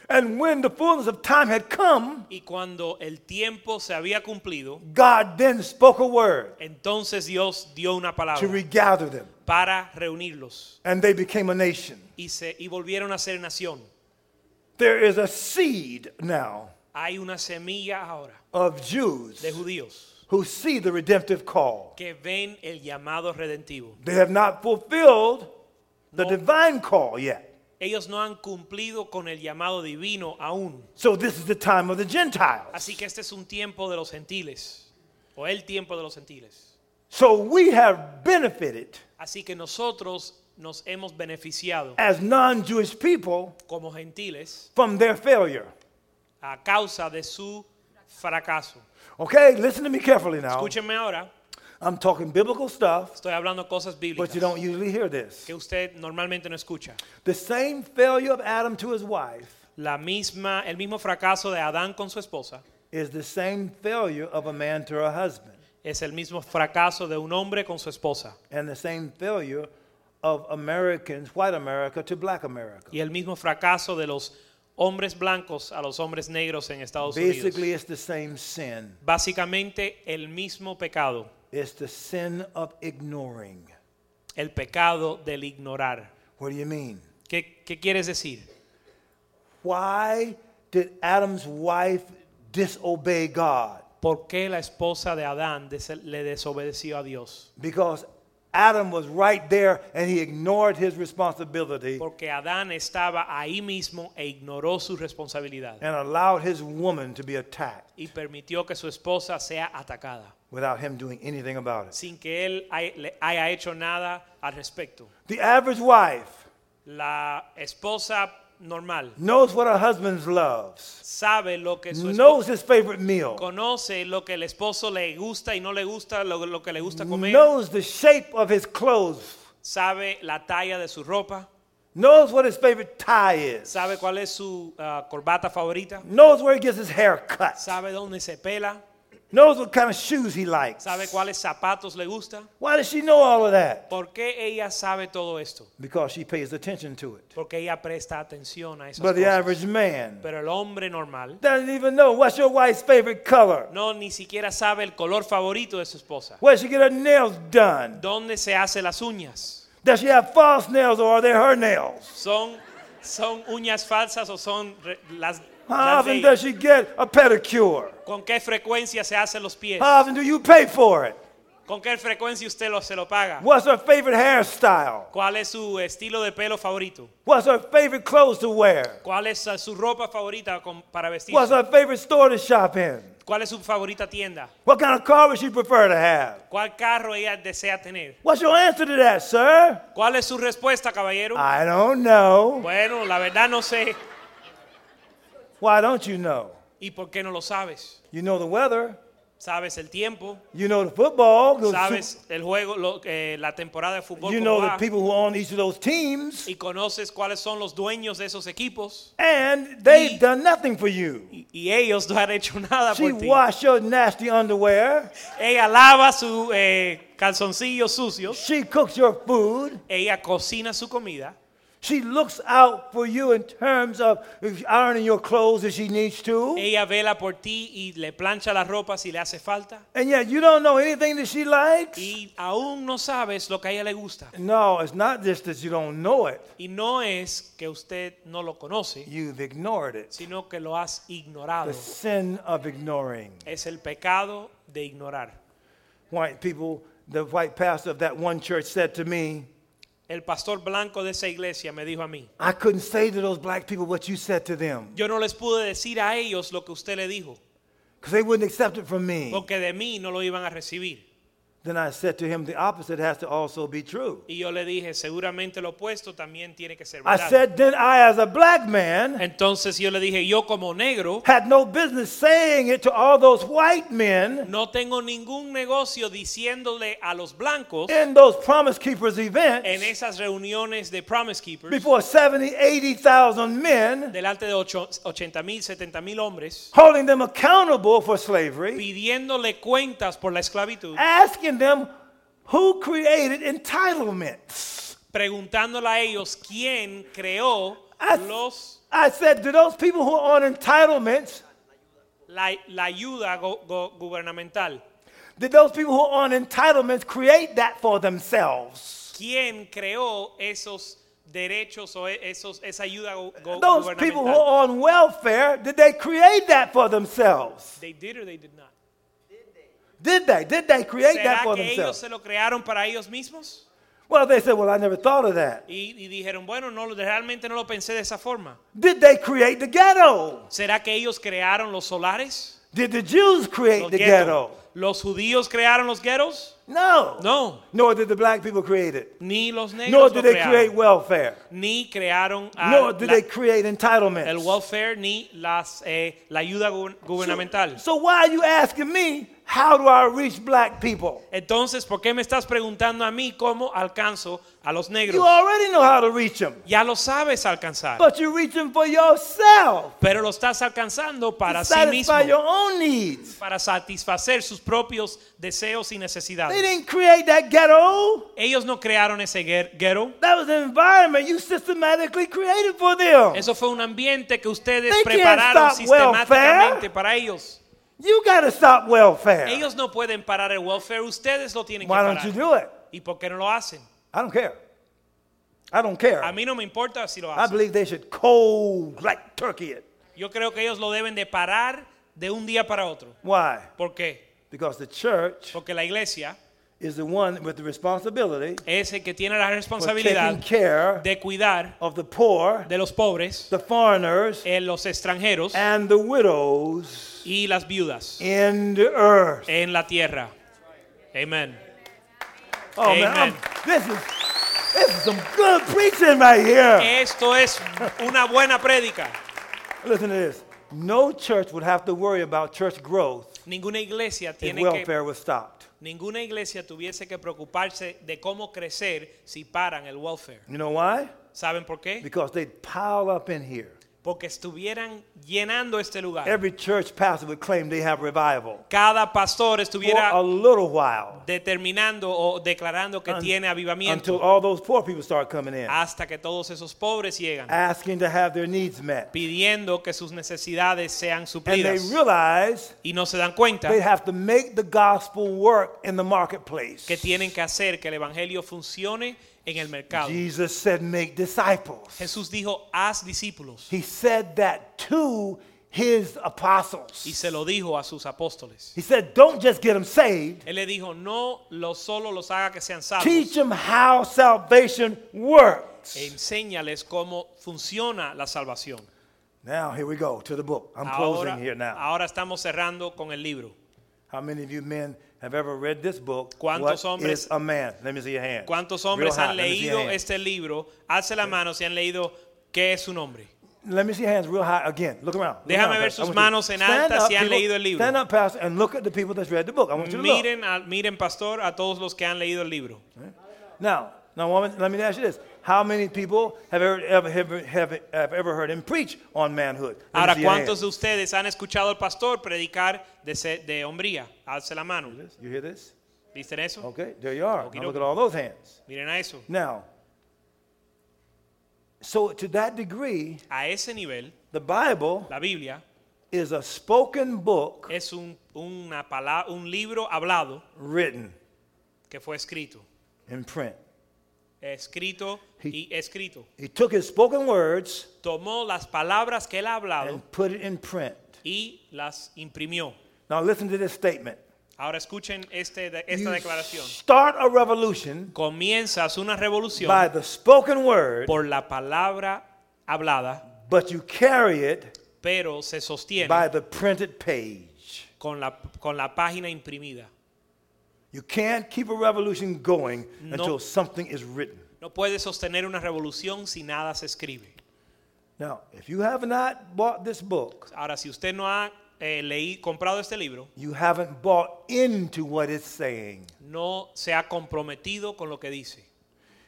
S3: And when the fullness of time had come,
S4: Y cuando el tiempo se había cumplido,
S3: God then spoke a word
S4: entonces Dios dio una
S3: to
S4: palabra
S3: regather them,
S4: para reunirlos
S3: and they became a nation.
S4: y, se, y volvieron a ser nación.
S3: There is a seed now
S4: Hay una semilla ahora
S3: of Jews
S4: de judíos
S3: who see the redemptive call.
S4: que ven el llamado redentivo.
S3: They have not fulfilled the
S4: No.
S3: divine call yet.
S4: Ellos no han cumplido con el llamado divino aún.
S3: So this is the time of the Gentiles.
S4: Así que este es un tiempo de los gentiles, o el tiempo de los gentiles.
S3: So we have benefited
S4: Así que nosotros nos hemos beneficiado
S3: as non Jewish people
S4: como gentiles
S3: from their failure.
S4: a causa de su fracaso.
S3: Okay, listen to me carefully now.
S4: Escúchenme ahora,
S3: I'm talking biblical stuff,
S4: estoy hablando cosas
S3: but you don't
S4: bíblicas
S3: usually hear this.
S4: que usted normalmente no escucha.
S3: The same failure of Adam to his wife
S4: La misma, el mismo fracaso de Adán con su esposa
S3: is the same failure of a man to her husband,
S4: es el mismo fracaso de un hombre con su esposa
S3: and the same failure of Americans, white America, to black America.
S4: y el mismo fracaso de los hombres blancos a los hombres negros en Estados
S3: Basically,
S4: Unidos.
S3: it's the same sin.
S4: Básicamente el mismo pecado,
S3: It's the sin of ignoring.
S4: el pecado del ignorar.
S3: What do you mean?
S4: ¿Qué, qué quieres decir?
S3: Why did Adam's wife disobey God?
S4: ¿Por qué la esposa de Adán des- le desobedeció a Dios?
S3: Because Adam was right there and he ignored his responsibility
S4: Porque Adán estaba ahí mismo e ignoró su responsabilidad
S3: and allowed his woman to be attacked
S4: y permitió que su esposa sea atacada
S3: without him doing anything about it.
S4: sin que él hay- le haya hecho nada al respecto.
S3: The average wife
S4: La esposa normal
S3: knows what her husband loves,
S4: sabe lo que su esposo
S3: knows his favorite meal,
S4: conoce lo que el esposo le gusta y no le gusta, lo, lo que le gusta comer,
S3: knows the shape of his clothes,
S4: sabe la talla de su ropa,
S3: knows what his favorite tie is,
S4: sabe cuál es su ah, corbata favorita,
S3: knows where he gets his hair cut,
S4: sabe dónde se pela,
S3: knows what kind of shoes he likes.
S4: sabe cuáles zapatos le gusta.
S3: Why does she know all of that?
S4: ¿Por qué ella sabe todo esto?
S3: Because she pays attention to it.
S4: Porque ella presta atención a esas
S3: But the
S4: cosas.
S3: average man
S4: Pero el hombre normal
S3: doesn't even know what's your wife's favorite color,
S4: no ni siquiera sabe el color favorito de su esposa.
S3: where she get her nails done.
S4: ¿Dónde se hace las uñas?
S3: Does she have false nails or are they her nails?
S4: ¿Son, son uñas falsas o son re- las,
S3: How
S4: las de
S3: often
S4: ella?
S3: does she get a pedicure?
S4: ¿Con qué frecuencia se hacen los pies?
S3: How often do you pay for it?
S4: ¿Con qué frecuencia usted lo, se lo paga?
S3: What's her favorite hairstyle?
S4: ¿Cuál es su estilo de pelo favorito?
S3: What's her favorite clothes to wear?
S4: ¿Cuál es eh, su ropa favorita con- para vestir?
S3: What's her favorite store to shop in?
S4: ¿Cuál es su favorita tienda?
S3: What kind of car would she prefer to have?
S4: ¿Cuál carro ella desea tener?
S3: What's your answer to that, sir?
S4: ¿Cuál es su respuesta, caballero?
S3: I don't know.
S4: Bueno, la verdad no sé.
S3: Why don't you know?
S4: ¿Y por qué no lo sabes?
S3: You know the weather.
S4: ¿Sabes el tiempo?
S3: You know the football. the
S4: ¿Sabes el juego, lo- eh, la temporada de
S3: Super-
S4: fútbol?
S3: you
S4: cómo
S3: know the
S4: va?
S3: people who own each of those teams.
S4: Y conoces cuáles son los dueños de esos equipos.
S3: And they've
S4: Y-
S3: done nothing for you.
S4: Y, y ellos no han hecho [laughs] nada
S3: She
S4: por ti.
S3: washed your nasty underwear.
S4: Ella lava sus eh, calzoncillos sucios.
S3: She cooks your food.
S4: Ella cocina su comida.
S3: She looks out for you in terms of ironing your clothes if she needs to.
S4: Ella vela por ti y le plancha la ropa si le hace falta.
S3: And yet you don't know anything that she likes.
S4: Y aún no sabes lo que a ella le gusta.
S3: No, it's not just that you don't know it.
S4: Y no es que usted no lo conoce,
S3: You've ignored it.
S4: sino que lo has ignorado.
S3: The sin of ignoring.
S4: Es el pecado de ignorar.
S3: White people, the white pastor of that one church said to me,
S4: El pastor blanco de esa iglesia me dijo a mí,
S3: I couldn't say to those black people what you said to them
S4: yo no les pude decir a ellos lo que usted le dijo,
S3: because they wouldn't accept it from me.
S4: porque de mí no lo iban a recibir.
S3: Then I said to him, the opposite has to also be true.
S4: Y yo le dije, seguramente lo opuesto también tiene que ser
S3: I
S4: verdad.
S3: said, then I, as a black man,
S4: Entonces yo le dije, yo como negro
S3: had no business saying it to all those white men
S4: no tengo ningún negocio diciéndole a los blancos
S3: in those Promise Keepers
S4: en
S3: events
S4: esas reuniones de Promise Keepers
S3: before 70, 80,000 men
S4: delante de ocho- 80 mil, 70 mil hombres
S3: holding them accountable for slavery,
S4: pidiéndole cuentas por la esclavitud,
S3: asking them who created entitlements.
S4: preguntándole a ellos quién creó
S3: I,
S4: los,
S3: I said, do those people who are on entitlements,
S4: la, la ayuda go- go- gubernamental.
S3: did those people who are on entitlements create that for themselves?
S4: ¿Quién creó esos derechos o e- esos, esa ayuda go- go-
S3: Those people who
S4: gubernamental?
S3: are on welfare, did they create that for themselves?
S4: They did or they did not.
S3: Did they? Did they create
S4: ¿Será
S3: that for
S4: que ellos
S3: themselves?
S4: se lo crearon para ellos mismos?
S3: Well, they said, Well, I never thought of that.
S4: Y, y dijeron, bueno, no, realmente no lo pensé de esa forma.
S3: Did they create the ghetto?
S4: ¿Será que ellos crearon los solares?
S3: Did the Jews create
S4: Los
S3: the
S4: ghettos?
S3: ghetto?
S4: ¿Los judíos crearon los ghettos?
S3: No.
S4: No,
S3: Nor did the black people create it.
S4: ni los negros
S3: Nor
S4: lo
S3: did they create
S4: crearon.
S3: welfare.
S4: Ni crearon ah,
S3: Nor did
S4: la-
S3: they create
S4: el
S3: entitlements.
S4: welfare ni las, eh, la ayuda gu- gubernamental.
S3: So why are you asking me how do I reach black people?
S4: Entonces, ¿por qué me estás preguntando a mí cómo alcanzo a los negros?
S3: You already know how to reach them,
S4: Ya lo sabes alcanzar,
S3: but you reach them for yourself
S4: pero lo estás alcanzando para
S3: to
S4: sí mismo,
S3: satisfy your own needs.
S4: para satisfacer sus propios deseos y
S3: They
S4: necesidades.
S3: didn't create that ghetto.
S4: Ellos no crearon ese guer- ghetto.
S3: That was an environment you systematically created for them.
S4: Eso fue un ambiente que ustedes
S3: They can't
S4: prepararon
S3: stop welfare.
S4: sistemáticamente para ellos.
S3: You got to stop welfare.
S4: Ellos no pueden parar el welfare, ustedes lo tienen que
S3: Why don't you
S4: parar.
S3: do it?
S4: ¿Y por qué no lo hacen?
S3: I don't care. I don't
S4: A
S3: care.
S4: mí no me importa si lo
S3: I
S4: hacen.
S3: believe they should cold like turkey it.
S4: Yo creo que ellos lo deben de parar de un día para otro.
S3: Why?
S4: ¿Por qué?
S3: Because the church
S4: Porque la iglesia
S3: is the one with the responsibility
S4: es el que tiene la
S3: for Pues, taking
S4: responsabilidad
S3: care
S4: de cuidar
S3: of the poor,
S4: de los pobres,
S3: the foreigners,
S4: eh, los extranjeros
S3: and the widows
S4: y las viudas
S3: in the earth.
S4: en la tierra. Amén.
S3: Oh man,
S4: Amen.
S3: I'm- this is this is some good preaching right here.
S4: Esto es una buena prédica.
S3: Listen to this. No church would have to worry about church growth
S4: Ninguna iglesia
S3: if
S4: tiene que
S3: welfare was stopped.
S4: ninguna iglesia tuviese que preocuparse de cómo crecer si paran el welfare.
S3: You know why?
S4: ¿Saben por qué?
S3: Because they'd pile up in here.
S4: Porque estuvieran llenando este lugar.
S3: Every church pastor would claim they have revival
S4: Cada
S3: for
S4: pastor estuviera
S3: a little while
S4: determinando o declarando que
S3: un-
S4: tiene
S3: until
S4: avivamiento
S3: all those poor people start coming in,
S4: hasta que todos esos pobres llegan
S3: asking to have their needs met,
S4: pidiendo que sus necesidades sean
S3: and they
S4: suplidas
S3: realize
S4: y no se dan cuenta
S3: they have to make the gospel work in the marketplace.
S4: que tienen que hacer que el evangelio funcione en el mercado.
S3: Jesus said, "Make disciples."
S4: Jesús dijo, haz discípulos
S3: He said that to his
S4: y
S3: apostles.
S4: se lo dijo a sus apóstoles.
S3: He said, "Don't just get them saved.
S4: Él le dijo, no lo solo los haga que sean
S3: Teach
S4: salvos,
S3: them how salvation works."
S4: e enséñales cómo funciona la salvación.
S3: Now here we go to the book. I'm
S4: Ahora,
S3: closing here now.
S4: ahora estamos cerrando con el libro.
S3: How many of you men have ever read this book?
S4: ¿Cuántos
S3: What
S4: hombres-
S3: is a man? Let me see your hand.
S4: ¿Cuántos
S3: Real
S4: hombres
S3: high.
S4: han
S3: Let me see your
S4: leído
S3: hand.
S4: este libro? Alce la mano si han leído qué es su nombre.
S3: Let me see your hands real high again. Look around. Look
S4: Déjame
S3: around,
S4: ver
S3: Pastor. I want
S4: sus
S3: you to-
S4: manos en
S3: Stand
S4: alta
S3: up,
S4: si han
S3: people.
S4: leído el libro.
S3: Stand up, pastor, and look at the people that's read the book. I want you to
S4: Miren, al- miren, pastor, a todos los que han leído el libro.
S3: look. Now, now, woman, let me ask you this: How many people have ever, ever, have, have, have ever heard him preach on manhood? Let me
S4: Ahora,
S3: see your hand.
S4: ¿cuántos de ustedes han escuchado al pastor predicar de, se- de hombría? Alce la mano.
S3: You hear this?
S4: ¿Visten eso?
S3: Okay, there you are. Now
S4: Okey-doke.
S3: look at all those hands.
S4: Miren a eso.
S3: Now, so to that degree,
S4: A ese nivel,
S3: the Bible
S4: la Biblia
S3: is a spoken book
S4: es un, una pala- un libro hablado
S3: written
S4: que fue escrito.
S3: in print.
S4: Escrito y escrito.
S3: He took his spoken words
S4: Tomó las palabras que él ha hablado
S3: and put it in print.
S4: y las imprimió.
S3: Now listen to this statement.
S4: Ahora escuchen este, de-
S3: You
S4: esta declaración.
S3: start a revolution
S4: Comienzas una
S3: by
S4: revolución
S3: the spoken word,
S4: por la palabra hablada,
S3: but you carry it
S4: pero se sostiene
S3: by the printed page.
S4: con la, con la página imprimida.
S3: You can't keep a revolution going until something is written.
S4: No puedes sostener una revolución si nada se escribe.
S3: Now, if you have not bought this book,
S4: Ahora, si usted no ha eh, leí- comprado este libro,
S3: you haven't bought into what it's saying.
S4: no se ha comprometido con lo que dice.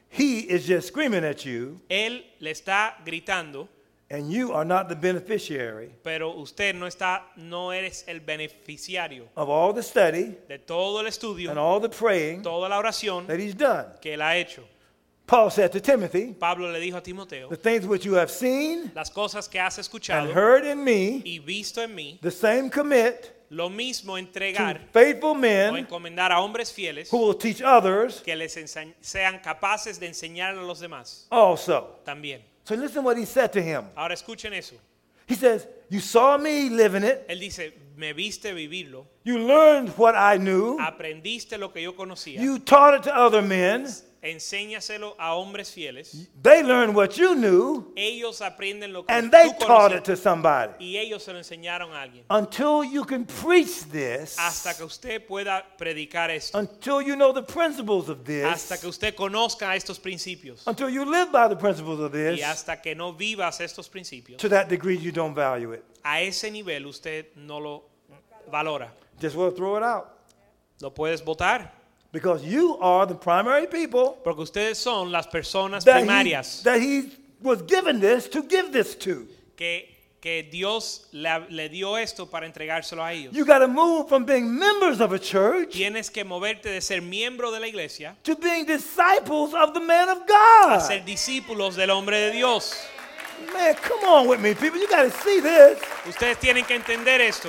S3: He is just screaming at you,
S4: Él le está gritando,
S3: and you are not the beneficiary
S4: pero usted no está, no eres el beneficiario
S3: of all the study
S4: de todo el estudio,
S3: and all the praying
S4: toda la oración
S3: that he's done.
S4: que él ha hecho.
S3: Paul said to Timothy,
S4: Pablo le dijo a Timoteo,
S3: The things which you have seen
S4: las cosas que has
S3: and
S4: escuchado
S3: heard in me,
S4: y visto en mí,
S3: the same commit
S4: lo mismo
S3: to
S4: entregar
S3: faithful
S4: o
S3: men
S4: encomendar a hombres fieles
S3: who will teach others
S4: que les ensa- sean capaces de enseñar a los demás
S3: also.
S4: también.
S3: So listen what he said to him.
S4: Ahora escuchen eso.
S3: He says, You saw me living it,
S4: Él dice, me viste vivirlo,
S3: you learned what I knew,
S4: aprendiste lo que yo conocía,
S3: you taught it to other men,
S4: enséñaselo a hombres fieles.
S3: They learned what you knew
S4: Ellos aprenden lo que
S3: and
S4: tú
S3: they taught
S4: conoces
S3: it to somebody.
S4: y ellos se lo enseñaron a alguien.
S3: Until you can preach this,
S4: Hasta que usted pueda predicar esto,
S3: until you know the principles of
S4: hasta
S3: this,
S4: que usted conozca estos principios
S3: until you live by the principles of
S4: y
S3: this,
S4: hasta que no vivas estos principios,
S3: to that degree you don't value it.
S4: a ese nivel usted no lo valora.
S3: Just well throw it out.
S4: Lo puedes votar
S3: Because you are the primary people
S4: porque ustedes son las personas
S3: that he,
S4: primarias
S3: that he was given this to give this to.
S4: que, que Dios le, le dio esto para entregárselo a ellos.
S3: You got to move from being members of a church
S4: Tienes que moverte de ser miembro de la iglesia
S3: to being disciples of the man of
S4: a
S3: God.
S4: ser discípulos del hombre de Dios.
S3: Man, come on with me, people. You got to see this.
S4: Ustedes tienen que entender esto.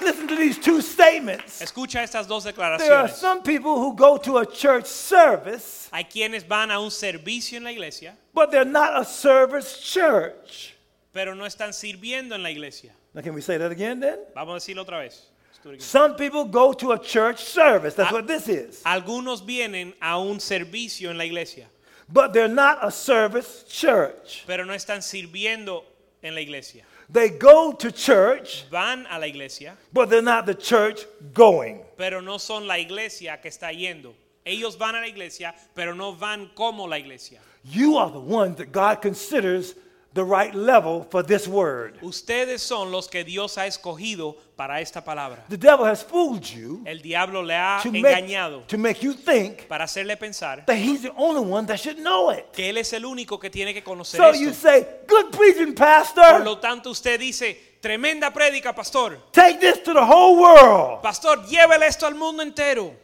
S3: Listen to these two statements.
S4: Escucha estas dos
S3: There are
S4: declaraciones.
S3: some people who go to a church service,
S4: Hay quienes van a un servicio en la iglesia,
S3: but they're not a service church.
S4: pero no están sirviendo en la iglesia.
S3: Now, can we say that again then?
S4: Vamos a decirlo otra vez.
S3: Some people go to a church service. That's
S4: I-
S3: what this is.
S4: Algunos vienen a un servicio en la iglesia,
S3: But they're not a service church.
S4: pero no están sirviendo en la iglesia.
S3: They go to church,
S4: Van a la iglesia,
S3: but they're not the church going.
S4: pero no son la iglesia que está yendo. Ellos van a la iglesia, pero no van como la iglesia.
S3: You are the ones that God considers the right level for this word.
S4: Ustedes son los que Dios ha escogido para esta palabra.
S3: The devil has fooled you
S4: El diablo le ha
S3: to
S4: engañado
S3: make, to make you think
S4: para hacerle pensar
S3: that he's the only one that should know it.
S4: que él es el único que tiene que conocer
S3: So you
S4: esto.
S3: say, Good preaching,
S4: Por
S3: Pastor.
S4: lo tanto, usted dice, tremenda prédica, pastor.
S3: Take this to the whole world.
S4: Pastor, llévele esto al mundo entero.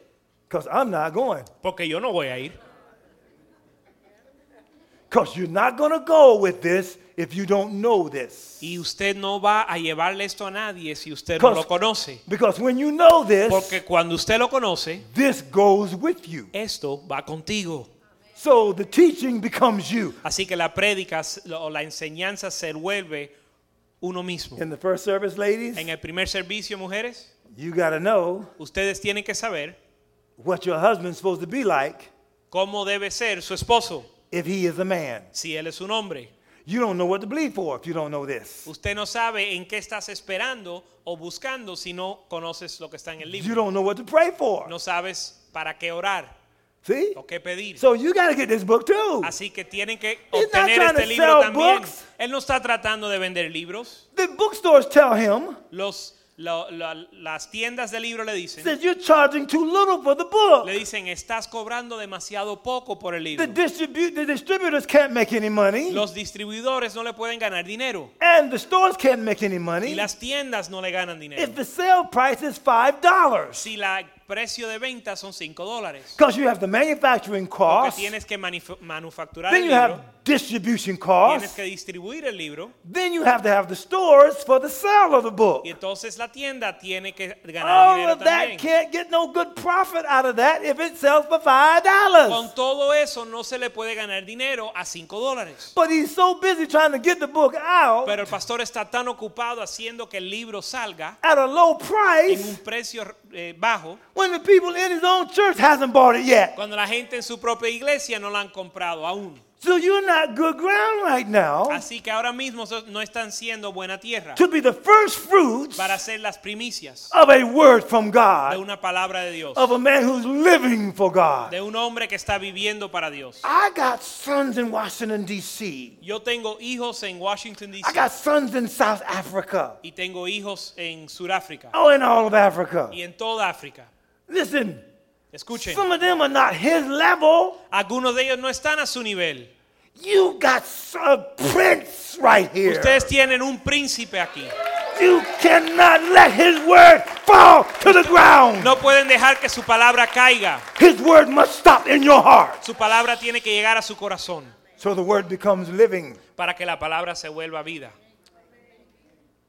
S3: Because I'm not going.
S4: Porque yo no voy a ir.
S3: Because you're not going to go with this if you don't know this.
S4: Y usted no va a llevarle esto a nadie si usted no
S3: Because-
S4: lo conoce.
S3: Because when you know this,
S4: Porque cuando usted lo conoce,
S3: this goes with you.
S4: esto va contigo.
S3: So the teaching becomes you.
S4: Así que la prédica s- o la enseñanza se vuelve uno mismo.
S3: In the first service, ladies,
S4: En el primer servicio, mujeres,
S3: you got to know
S4: ustedes tienen que saber
S3: what your husband's supposed to be like
S4: cómo debe ser su esposo
S3: if he is a man.
S4: si él es un hombre.
S3: You don't know what to believe for if you don't know this.
S4: Usted no sabe en qué estás esperando o buscando si no conoces lo que está en el
S3: You
S4: libro.
S3: don't know what to pray for.
S4: No sabes para qué orar
S3: See?
S4: o qué pedir.
S3: So you got to get this book too.
S4: Así que tienen que
S3: not
S4: obtener
S3: trying
S4: este
S3: to
S4: libro
S3: sell
S4: también.
S3: books.
S4: Él no está tratando de vender libros.
S3: The bookstores tell him
S4: Los, lo- lo- las tiendas de libros le dicen,
S3: that you're charging too little for the
S4: le
S3: book.
S4: dicen, estás cobrando demasiado poco por el
S3: The,
S4: libro.
S3: distribu- the distributors can't make any money,
S4: Los distribuidores no le pueden ganar dinero
S3: and the stores can't make any
S4: y
S3: money
S4: las tiendas no le ganan dinero.
S3: if the sale price is $5.
S4: Si la- el precio de venta son 5 dólares,
S3: Because you have the manufacturing
S4: porque
S3: cost.
S4: tienes que manifu- manufacturar
S3: Then
S4: el
S3: you have
S4: libro,
S3: distribution
S4: tienes
S3: costs.
S4: que distribuir el libro
S3: Then you have to have the stores for the sale of the book.
S4: y entonces la tienda tiene que ganar
S3: All
S4: dinero
S3: of Oh, that
S4: también.
S3: can't get no good profit out of that if it sells for five dollars.
S4: Con todo eso no se le puede ganar dinero a 5 dólares.
S3: But he's so busy trying to get the book out
S4: Pero el pastor está tan ocupado haciendo que el libro salga
S3: at a low
S4: en un
S3: price
S4: precio eh, bajo
S3: when the people in his own church hasn't bought it yet.
S4: cuando la gente en su propia iglesia no la han comprado aún.
S3: So you're not good ground right now
S4: Así que ahora mismo so- no están siendo buena tierra
S3: to be the first fruits
S4: para hacer las primicias
S3: of a word from
S4: de
S3: God,
S4: una palabra de Dios,
S3: of a man who's living for God.
S4: de un hombre que está viviendo para Dios.
S3: I got sons in Washington D.C.
S4: Yo tengo hijos en Washington,
S3: I
S4: D.C.
S3: got sons in South Africa.
S4: y tengo hijos en Sudáfrica
S3: Oh, in all of Africa.
S4: y en toda África.
S3: Listen,
S4: Escuchen,
S3: some of them are not his level.
S4: algunos de ellos no están a su nivel.
S3: You got s- a prince right here.
S4: Ustedes tienen un príncipe aquí.
S3: You cannot let his word fall to the ground.
S4: No pueden dejar que su palabra caiga.
S3: His word must stop in your heart.
S4: Su palabra tiene que llegar a su corazón
S3: So the word becomes living.
S4: para que la palabra se vuelva vida.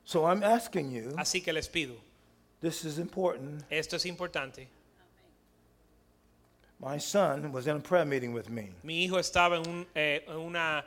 S3: So I'm asking you,
S4: Así que les pido,
S3: this is important.
S4: esto es importante.
S3: My son was in a prayer meeting with me.
S4: Mi hijo estaba en, un, eh, en una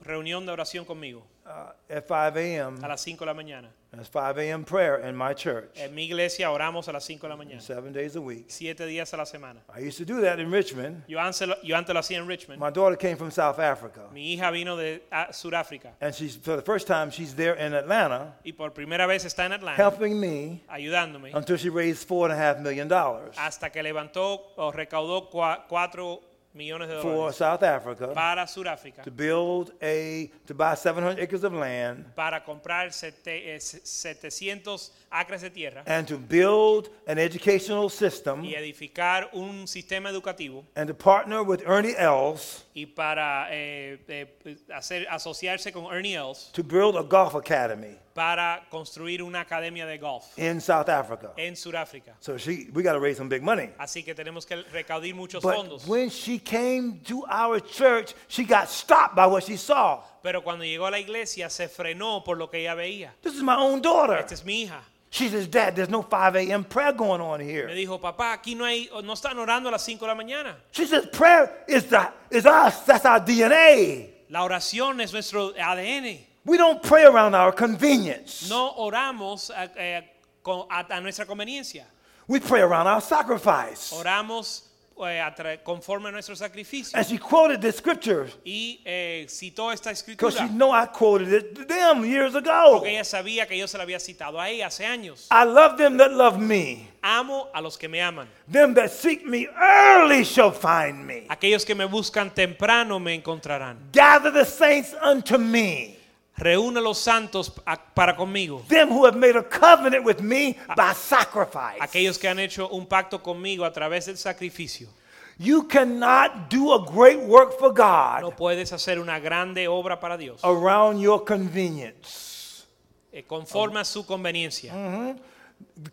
S4: reunión de oración conmigo
S3: uh, at 5 a.m.
S4: a las 5 de la mañana.
S3: That's 5 a.m. prayer in my church,
S4: En mi iglesia oramos a las 5 de la mañana,
S3: seven days a week.
S4: siete días a la semana.
S3: I used to do that in Richmond.
S4: Yo antes, lo- yo antes lo hacía en Richmond.
S3: My daughter came from South Africa,
S4: Mi hija vino de ah, Sudáfrica
S3: and she's for the first time she's there in Atlanta
S4: y por primera vez está en Atlanta
S3: helping me
S4: ayudándome
S3: until she raised four and a half million dollars
S4: hasta que levantó o recaudó 4 millones de
S3: for
S4: dólares
S3: South Africa
S4: para Sudáfrica
S3: to build a to buy 700 acres of land
S4: para comprar sete- eh, se- 700 acres de tierra
S3: and to build an educational system
S4: y edificar un sistema educativo
S3: and to partner with Ernie Els
S4: y para eh, eh, hacer, asociarse con Ernie Els
S3: to build a golf academy
S4: para construir una academia de golf
S3: in South Africa.
S4: en Sudáfrica.
S3: So she, we got to raise some big money.
S4: Así que tenemos que recaudir muchos
S3: But
S4: fondos.
S3: when she came to our church, she got stopped by what she saw.
S4: Pero cuando llegó a la iglesia se frenó por lo que ella veía.
S3: This is my own daughter.
S4: Esta es mi hija.
S3: She says, Dad, there's no 5 a.m. prayer going on
S4: Me
S3: here.
S4: dijo, papá, aquí no hay, no están orando a las 5 de la mañana.
S3: She says, prayer is, the, is us. That's our DNA.
S4: La oración es nuestro ADN.
S3: We don't pray around our convenience.
S4: No oramos a, eh, con- a- a nuestra conveniencia.
S3: We pray around our sacrifice.
S4: Oramos eh, a tra- conforme a nuestro sacrificio.
S3: And she quoted the scripture
S4: Y eh, citó esta
S3: because
S4: escritura
S3: she know I quoted it to them years ago.
S4: porque ella sabía que yo se la había citado a ella hace años.
S3: I love them that love me.
S4: Amo a los que me aman.
S3: Them that seek me early shall find me.
S4: Aquellos que me buscan temprano me encontrarán.
S3: Gather the saints unto me.
S4: Reúne los santos a- para conmigo.
S3: Them who have made a covenant with me by sacrifice.
S4: Aquellos que han hecho un pacto conmigo a través del sacrificio.
S3: You cannot do a great work for
S4: No
S3: God
S4: puedes hacer una grande obra para Dios
S3: around your convenience.
S4: eh, conforme a su
S3: Mm.
S4: conveniencia.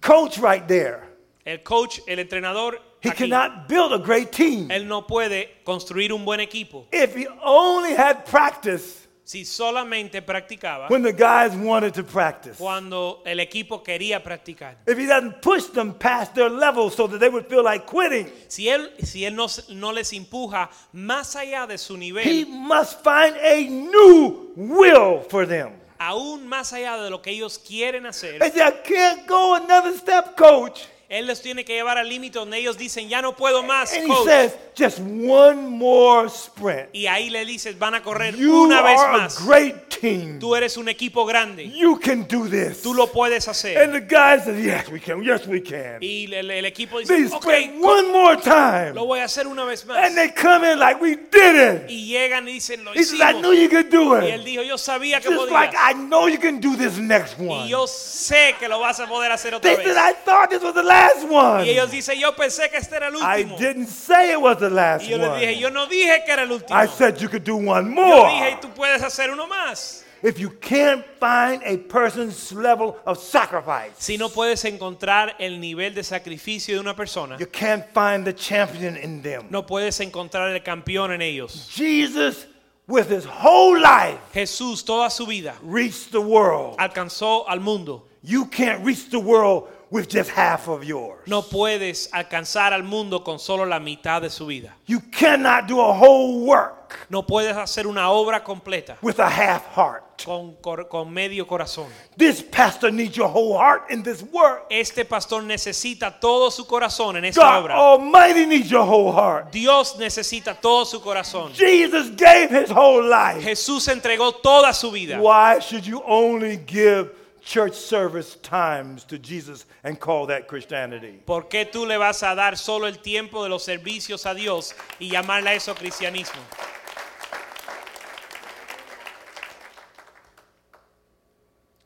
S3: Coach, right there.
S4: El coach, el entrenador,
S3: He
S4: aquí,
S3: cannot build a great team.
S4: él no puede construir un buen equipo
S3: If he only had practice
S4: si solamente practicaba
S3: when the guys wanted to practice.
S4: cuando el equipo quería practicar.
S3: If he doesn't push them past their level so that they would feel like quitting.
S4: Si él, si él no, s- no les empuja más allá de su
S3: He
S4: nivel,
S3: must find a new will for them.
S4: aún más allá de lo que ellos quieren hacer,
S3: They say, I can't go another step, coach.
S4: Él los tiene que llevar al límite donde ellos dicen, ya no puedo más,
S3: And he
S4: coach.
S3: says, just one more sprint.
S4: y ahí le dices, van a correr
S3: You
S4: una vez
S3: are a
S4: más.
S3: great team.
S4: Tú eres un equipo grande.
S3: You can do this.
S4: Tú lo puedes hacer.
S3: And the guy says, yes, we can. Yes, we can.
S4: y el, el equipo
S3: They
S4: dice, ok,
S3: sprint
S4: co-
S3: one more time.
S4: lo voy a hacer una vez más.
S3: And they come in like, we did it.
S4: y llegan y dicen, lo
S3: He says, I knew
S4: hicimos.
S3: you could do
S4: Y él
S3: it.
S4: dijo, yo sabía que
S3: Just like
S4: podía.
S3: I know you can do this next
S4: Y
S3: one.
S4: yo sé que lo vas a poder hacer otra
S3: They said,
S4: vez.
S3: I thought this was the last one.
S4: Y ellos dicen, yo pensé que este era el
S3: I
S4: último.
S3: didn't say it was the last
S4: Y yo les
S3: one.
S4: dije, yo no dije que era el último.
S3: I said you could do one
S4: yo
S3: more.
S4: dije, y tú puedes hacer uno más.
S3: If you can't find a person's level of sacrifice,
S4: Si no puedes encontrar el nivel de sacrificio de una persona,
S3: you can't find the champion in them.
S4: no puedes encontrar el campeón en ellos.
S3: Jesus, with his whole life,
S4: Jesús toda su vida
S3: reached the world.
S4: alcanzó al mundo.
S3: You can't reach the world with just half of yours.
S4: No puedes alcanzar al mundo con solo la mitad de su vida.
S3: You cannot do a whole work
S4: No puedes hacer una obra completa
S3: with a half heart.
S4: con, cor- con medio corazón.
S3: This pastor needs your whole heart in this work.
S4: Este pastor necesita todo su corazón en esta
S3: God
S4: obra.
S3: Almighty needs your whole heart.
S4: Dios necesita todo su corazón.
S3: Jesus gave his whole life.
S4: Jesús entregó toda su vida.
S3: Why should you only give church service times to Jesus and call that Christianity?
S4: ¿Por qué tú le vas a dar solo el tiempo de los servicios a Dios y llamarle a eso cristianismo?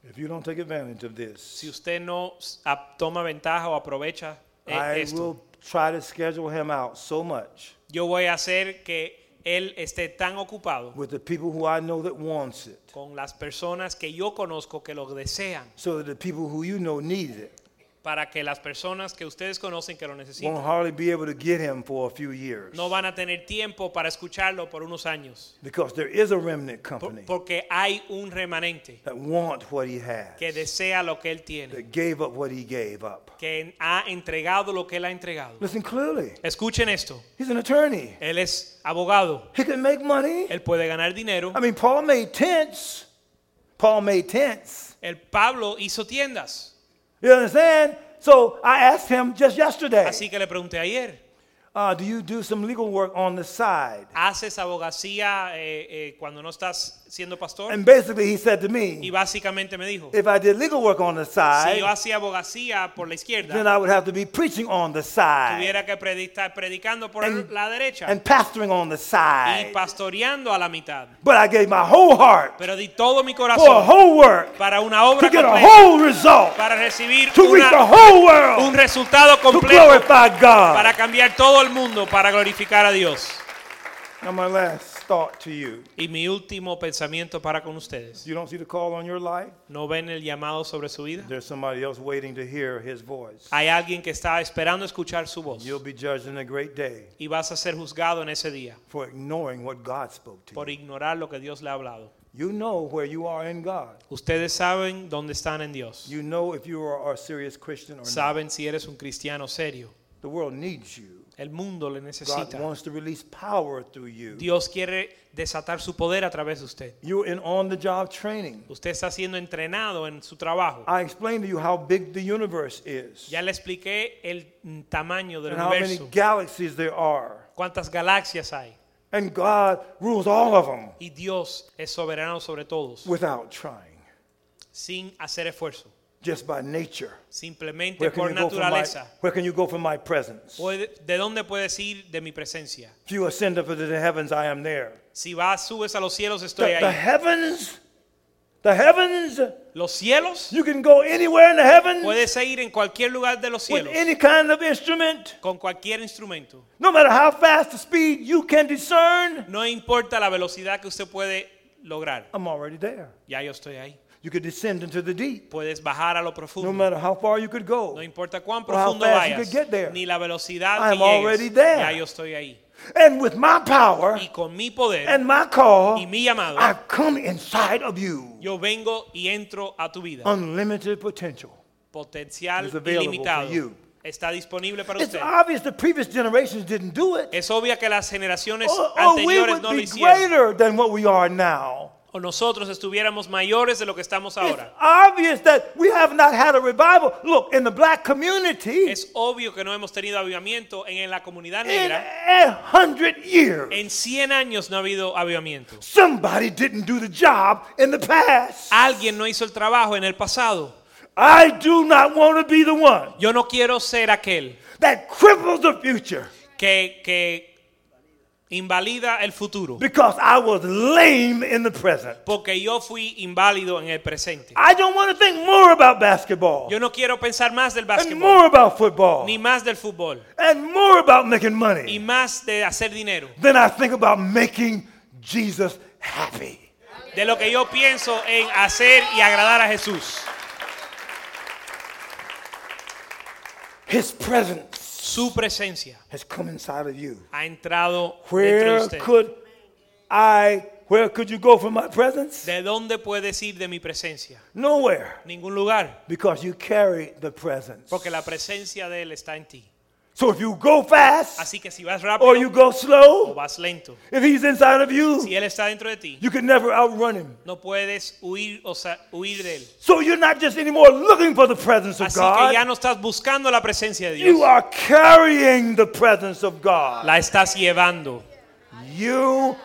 S3: If you don't take advantage of this,
S4: Si usted no s- a- toma ventaja o aprovecha eh,
S3: I
S4: esto,
S3: will try to schedule him out so much
S4: yo voy a hacer que él esté tan ocupado
S3: with the people who I know that wants it,
S4: con las personas que yo conozco que lo desean,
S3: so that the people who you know need it
S4: para que las personas que ustedes conocen que lo
S3: Won't
S4: necesitan
S3: hardly be able to get him for a few years.
S4: no van a tener tiempo para escucharlo por unos años.
S3: Because there is a remnant
S4: Por-
S3: company
S4: porque hay un remanente
S3: that want what he has,
S4: que desea lo que él tiene,
S3: that gave up what he gave up.
S4: que ha entregado lo que él ha entregado.
S3: Listen clearly.
S4: Escuchen esto.
S3: He's an attorney.
S4: Él es abogado.
S3: He can make money.
S4: Él puede ganar dinero.
S3: I mean, Paul made tents. Paul made tents.
S4: El Pablo hizo tiendas.
S3: You understand? So I asked him just yesterday,
S4: Así que le pregunté ayer,
S3: uh, do you do some legal work on the side?
S4: ¿haces abogacía eh, eh, cuando no estás siendo pastor?
S3: And basically he said to
S4: Y
S3: me,
S4: básicamente me dijo,
S3: if I did legal work on the
S4: si yo
S3: side,
S4: hacía abogacía por la
S3: then
S4: izquierda,
S3: I would have to be preaching on the side
S4: tuviera que predi- estar predicando por
S3: And-
S4: la derecha
S3: and pastoring on the
S4: y
S3: side.
S4: pastoreando a la mitad.
S3: But I gave my whole heart
S4: Pero di todo mi
S3: for a
S4: corazón
S3: whole work
S4: para una
S3: to
S4: obra
S3: get a
S4: completa,
S3: whole result,
S4: para recibir
S3: to reach
S4: una-
S3: the whole
S4: un
S3: world,
S4: resultado
S3: to
S4: completo,
S3: glorify
S4: para
S3: God.
S4: cambiar todo el mundo, para glorificar a Dios.
S3: Now my last thought to you.
S4: Y mi último pensamiento para con ustedes.
S3: You don't see the call on your life?
S4: ¿No ven el llamado sobre su vida?
S3: There's somebody else waiting to hear his voice.
S4: Hay alguien que está esperando escuchar su voz
S3: You'll be judged in a great day
S4: y vas a ser juzgado en ese día
S3: for ignoring what God spoke to
S4: por ignorar lo que Dios le ha hablado.
S3: you. You know where you are in God.
S4: Ustedes saben dónde están en Dios.
S3: You know if you are a serious Christian or not.
S4: Saben si eres un cristiano serio.
S3: The world needs you.
S4: El mundo le
S3: God
S4: necesita.
S3: wants to release power through you.
S4: Dios quiere desatar su poder a través de usted.
S3: You're in on the job training.
S4: Usted está siendo entrenado en su trabajo.
S3: I explained to you how big the universe is
S4: Ya le expliqué el mm, tamaño del
S3: and how many
S4: universo,
S3: galaxies there are.
S4: cuántas galaxias hay.
S3: And God rules all of them
S4: Y Dios es soberano sobre todos,
S3: without trying,
S4: sin hacer esfuerzo,
S3: just by nature.
S4: simplemente
S3: Where can,
S4: por
S3: you go from my,
S4: naturaleza.
S3: where can you go from my presence?
S4: Puede- ¿De dónde puedes ir de mi presencia?
S3: If you ascend up into the heavens, I am there.
S4: Si vas, subes a los cielos,
S3: The,
S4: estoy
S3: the
S4: ahí.
S3: heavens, the heavens,
S4: ¿Los cielos?
S3: you can go anywhere in the heavens
S4: Puedes ir en cualquier lugar de los
S3: with
S4: cielos,
S3: any kind of instrument,
S4: con cualquier instrumento.
S3: no matter how fast the speed you can discern.
S4: No importa la velocidad que usted puede lograr,
S3: I'm already there.
S4: ya yo estoy ahí.
S3: You could descend into the deep,
S4: Puedes bajar a lo profundo.
S3: no matter how far you could go.
S4: No importa cuán
S3: Or how
S4: profundo
S3: fast you
S4: vayas,
S3: could get there.
S4: ni la velocidad
S3: I am
S4: que
S3: already
S4: llegues,
S3: there.
S4: ya yo estoy ahí.
S3: And with my power
S4: Y con mi poder
S3: and my call,
S4: y mi llamado,
S3: I've come inside of you.
S4: yo vengo y entro a tu vida.
S3: Unlimited potential.
S4: Potencial
S3: is available
S4: ilimitado
S3: for you.
S4: está disponible para
S3: It's
S4: usted.
S3: obvious the previous generations didn't do it.
S4: Es obvio que las generaciones
S3: Or, or Oh, we
S4: anteriores
S3: would
S4: no lo
S3: be
S4: hicieron.
S3: greater than what we are now.
S4: O nosotros estuviéramos mayores de lo que estamos
S3: It's
S4: ahora.
S3: obvious that we have not had a revival. Look, in the black community,
S4: Es obvio que no hemos tenido avivamiento en la comunidad
S3: in
S4: negra.
S3: a hundred years,
S4: En 100 años no ha habido avivamiento.
S3: somebody didn't do the job in the past.
S4: Alguien no hizo el trabajo en el pasado.
S3: I do not want to be the one
S4: Yo no quiero ser aquel
S3: that cripples the future
S4: que, que invalida el futuro.
S3: because I was lame in the present.
S4: Porque yo fui inválido en el presente.
S3: I don't want to think more about basketball
S4: Yo no quiero pensar más del
S3: and more
S4: básquetbol,
S3: about football
S4: ni más del fútbol,
S3: and more about making
S4: y
S3: money
S4: más de hacer dinero.
S3: than I think about making Jesus happy.
S4: De lo que yo pienso en hacer y agradar a Jesús.
S3: His presence
S4: Su presencia
S3: has come inside of you.
S4: ha entrado dentro de
S3: Where
S4: usted.
S3: could I, where could you go from my presence?
S4: ¿De dónde puedes ir de mi presencia?
S3: Nowhere.
S4: Ningún lugar,
S3: Because you carry the presence.
S4: porque la presencia de Él está en ti.
S3: So if you go fast
S4: Así que si vas
S3: or
S4: rápido
S3: you go
S4: o
S3: slow,
S4: vas lento,
S3: if he's inside of
S4: si
S3: you,
S4: Él está dentro de ti,
S3: you can never outrun him.
S4: no puedes huir o sa- huir de Él.
S3: So you're not just anymore looking for the presence of
S4: Así que ya
S3: God.
S4: no estás buscando la presencia de Dios,
S3: You are carrying the presence of God.
S4: la estás llevando.
S3: You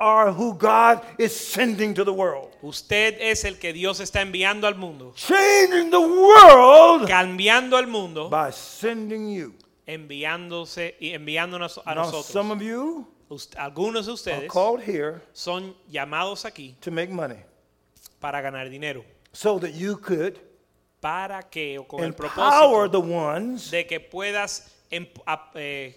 S3: are who God is sending to the world.
S4: Usted es el que Dios está enviando al mundo,
S3: Changing the world
S4: cambiando al mundo,
S3: by sending you.
S4: enviándose y enviándonos a
S3: Now, some
S4: nosotros.
S3: of you
S4: Ust- Algunos de
S3: are
S4: ustedes
S3: called here
S4: son llamados aquí
S3: to make money
S4: para ganar dinero,
S3: so that you could
S4: para que o con el
S3: empower
S4: propósito
S3: the ones,
S4: de que puedas emp- ap- eh,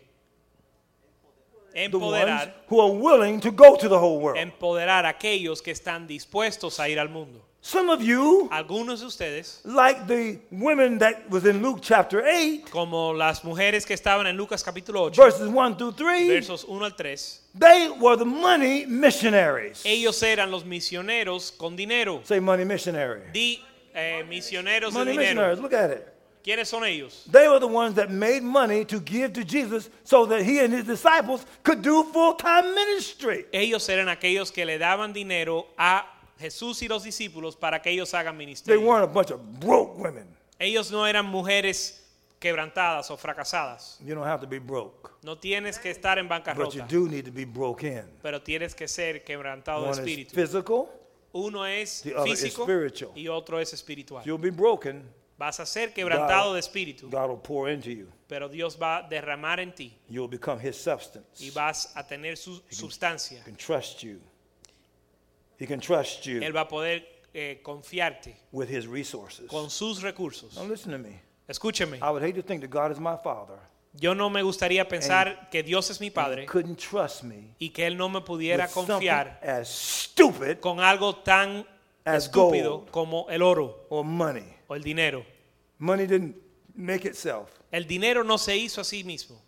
S3: the ones
S4: empoderar,
S3: who are willing to go to the whole world.
S4: empoderar a aquellos que están dispuestos a ir al mundo.
S3: Some of you,
S4: Algunos de ustedes,
S3: like the women that was in Luke chapter 8,
S4: como las mujeres que estaban en Lucas capítulo 8,
S3: verses 1 through 3,
S4: versos 1 al 3,
S3: they were the money missionaries.
S4: ellos eran los misioneros con dinero.
S3: Say money missionary.
S4: Di, eh, misioneros de
S3: Money
S4: dinero.
S3: missionaries, look at it.
S4: ¿Quiénes son ellos?
S3: They were the ones that made money to give to Jesus so that he and his disciples could do full time ministry.
S4: Ellos eran aquellos que le daban dinero a Jesús y los discípulos para que ellos hagan
S3: They
S4: ministerio.
S3: weren't a bunch of broke women.
S4: Ellos no eran mujeres quebrantadas o fracasadas.
S3: You don't have to be broke,
S4: No tienes que estar en
S3: but you
S4: bancarrota,
S3: do need to be broke in.
S4: pero tienes que ser quebrantado
S3: One
S4: de
S3: is
S4: espíritu.
S3: physical,
S4: Uno es
S3: The other is
S4: físico
S3: spiritual.
S4: y otro es espiritual.
S3: you'll be broken,
S4: Vas a ser quebrantado
S3: God-
S4: de espíritu,
S3: God will pour into you.
S4: pero Dios va a derramar en ti
S3: You'll become his substance.
S4: y
S3: He
S4: vas a tener su sustancia.
S3: can trust you. He can trust
S4: Él
S3: you
S4: va a poder eh, confiarte
S3: with his resources.
S4: con sus recursos.
S3: Now listen to me.
S4: Escúcheme,
S3: I would hate to think that God is my father.
S4: yo no me gustaría pensar que Dios es mi
S3: He
S4: Padre
S3: couldn't trust me
S4: y que Él no me pudiera
S3: with something
S4: confiar
S3: as stupid
S4: con algo tan
S3: As
S4: estúpido
S3: gold.
S4: como el oro
S3: or money.
S4: o el dinero.
S3: Money didn't make itself.
S4: El dinero no se hizo a sí mismo.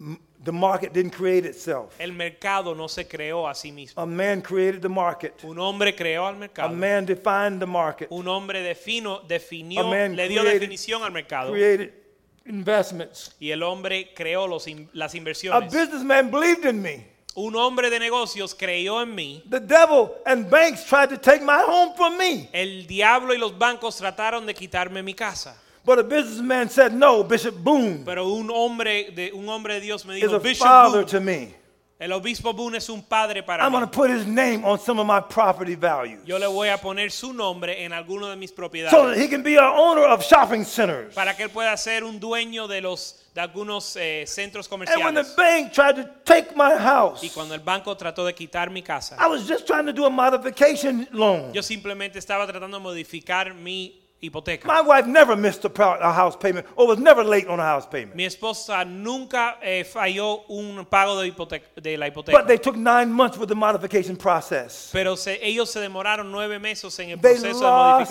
S3: M- The market didn't create itself.
S4: El mercado no se creó a sí mismo.
S3: A man created the market.
S4: Un hombre creó al
S3: A
S4: mercado.
S3: man defined the market.
S4: Un hombre defino,
S3: A
S4: definió,
S3: man
S4: le dio
S3: created-
S4: definición al mercado.
S3: Created investments.
S4: Y el hombre creó los in- las
S3: A
S4: inversiones.
S3: businessman believed in me.
S4: Un hombre de negocios creyó en mí.
S3: The devil and banks tried to take my home from me.
S4: El diablo y los bancos trataron de quitarme mi casa.
S3: But a businessman said, No, Bishop Boone
S4: Pero un hombre de, un hombre de Dios me
S3: is
S4: dijo,
S3: a
S4: "Bishop
S3: father
S4: Boone,
S3: to me.
S4: el obispo Boone es un padre para
S3: I'm
S4: mí.
S3: going to put his name on some of my property values
S4: Yo le voy a poner su nombre en alguno de mis
S3: so
S4: propiedades
S3: that he can be an owner of shopping centers.
S4: para que él pueda ser un dueño de los de algunos eh, centros
S3: And when the
S4: comerciales.
S3: bank tried to take my house,
S4: Y cuando el banco trató de quitar mi
S3: I
S4: casa,
S3: was just trying to do a modification loan.
S4: yo simplemente estaba tratando de modificar mi hipoteca.
S3: My wife never missed a, pro- a house payment or was never late on a house payment.
S4: Mi esposa nunca eh, falló un pago de, hipoteca- de la hipoteca.
S3: But they took nine months with the modification process.
S4: Pero se- ellos se demoraron nueve meses en el
S3: They
S4: proceso
S3: lost
S4: de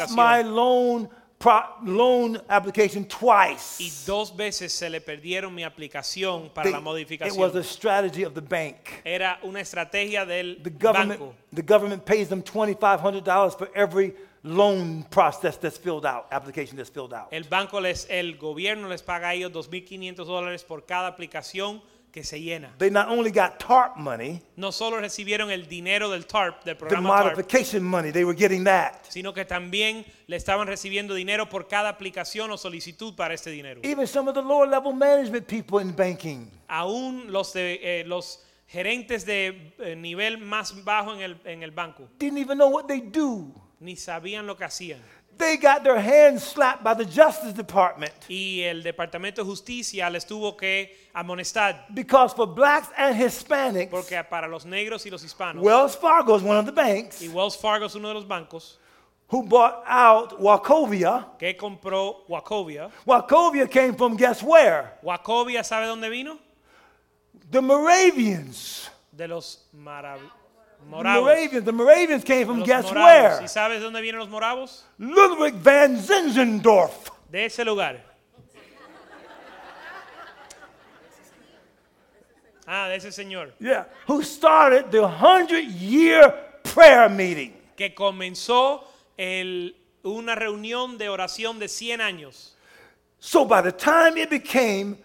S3: my
S4: modificación.
S3: loan pro- loan application
S4: Y
S3: twice.
S4: dos veces se le perdieron mi aplicación
S3: They-
S4: para
S3: it was
S4: la
S3: a
S4: modificación.
S3: strategy of the bank.
S4: Era una estrategia del
S3: The government,
S4: banco.
S3: the government pays them $2,500 for every loan process that's filled out, application that's filled out.
S4: El banco les, el gobierno les paga a ellos 2.500 dólares por cada aplicación que se llena.
S3: They not only got TARP money,
S4: No solo recibieron el dinero del TARP,
S3: the
S4: del programa TARP,
S3: modification money, they were getting that.
S4: sino que también le estaban recibiendo dinero por cada aplicación o solicitud para este dinero.
S3: Even some of the lower level management people in banking.
S4: Aún los, de, eh, los gerentes de eh, nivel más bajo en el, en el banco
S3: didn't even know what they do.
S4: ni sabían lo que hacían.
S3: They got their hands slapped by the Justice Department
S4: Y el Departamento de Justicia les tuvo que amonestar
S3: because for blacks and Hispanics,
S4: porque para los negros y los hispanos.
S3: Wells Fargo is one of the banks
S4: y Wells Fargo es uno de los bancos
S3: who bought out Wachovia.
S4: que compró Wachovia.
S3: Wachovia came from guess where?
S4: Wachovia, ¿sabe dónde vino?
S3: The Moravians.
S4: De los marav-
S3: The
S4: moravos.
S3: Moravians. The Moravians came
S4: De
S3: from
S4: los
S3: guess
S4: moravos. ¿Y
S3: where?
S4: sabes dónde vienen los moravos?
S3: Ludwig van Zinzendorf.
S4: De ese lugar. Ah, de ese señor.
S3: Yeah. Who started the 100 year prayer meeting.
S4: Que comenzó el- una reunión de oración de 100 años.
S3: So by the time it became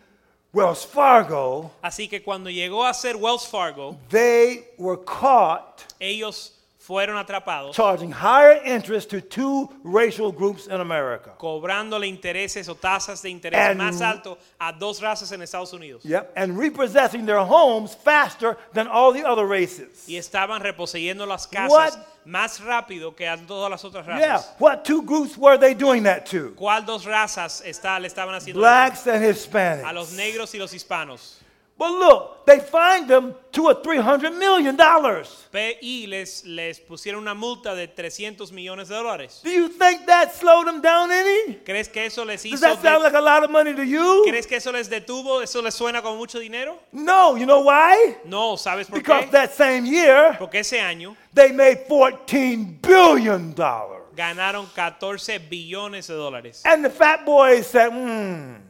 S3: Wells Fargo,
S4: Así que cuando llegó a ser Wells Fargo,
S3: they were caught
S4: ellos fueron atrapados
S3: charging higher interest to two racial groups in America.
S4: cobrándole intereses o tasas de interés
S3: And-
S4: más alto a dos razas en Estados Unidos.
S3: Yep. And repossessing their homes faster than all the other races.
S4: Y estaban reposeyendo las casas
S3: What?
S4: más rápido que a todas las otras
S3: Yeah.
S4: razas.
S3: What two groups were they doing that to?
S4: ¿Cuál dos razas está, le estaban haciendo?
S3: Blacks and
S4: A los
S3: Hispanics.
S4: negros y los hispanos.
S3: But look, they fined them two or three hundred million dollars.
S4: Pe- Y les, les pusieron una multa de 300 millones de dólares.
S3: Do you think that slowed them down any?
S4: ¿Crees que eso les
S3: Does
S4: hizo?
S3: that sound
S4: de-
S3: like a lot of money to you?
S4: ¿Crees que eso les detuvo? ¿Eso les suena como mucho dinero?
S3: No. You know why?
S4: No, ¿sabes por
S3: Because
S4: qué?
S3: that same year,
S4: Porque ese año
S3: they made $14 billion.
S4: ganaron 14 billones de dólares.
S3: And the fat boy said, hmm,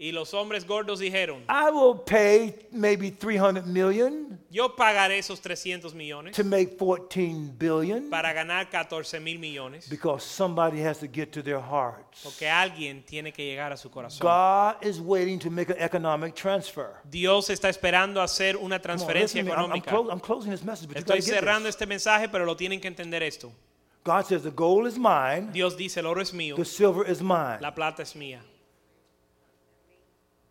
S4: Y los hombres gordos dijeron,
S3: I will pay maybe 300 million
S4: yo pagaré esos 300 millones
S3: to make 14 billion
S4: para ganar 14 mil millones,
S3: because somebody has to get to their hearts.
S4: porque alguien tiene que llegar a su corazón.
S3: God is waiting to make an economic transfer.
S4: Dios está esperando hacer
S3: Come
S4: una
S3: on,
S4: transferencia
S3: listen to me. I'm- I'm,
S4: económica.
S3: clo- I'm closing this message, but you gotta
S4: Estoy
S3: get
S4: cerrando
S3: this.
S4: este mensaje, pero lo tienen que entender esto.
S3: God says the gold is mine,
S4: Dios dice, el oro es mío,
S3: the silver is mine.
S4: la plata es mía.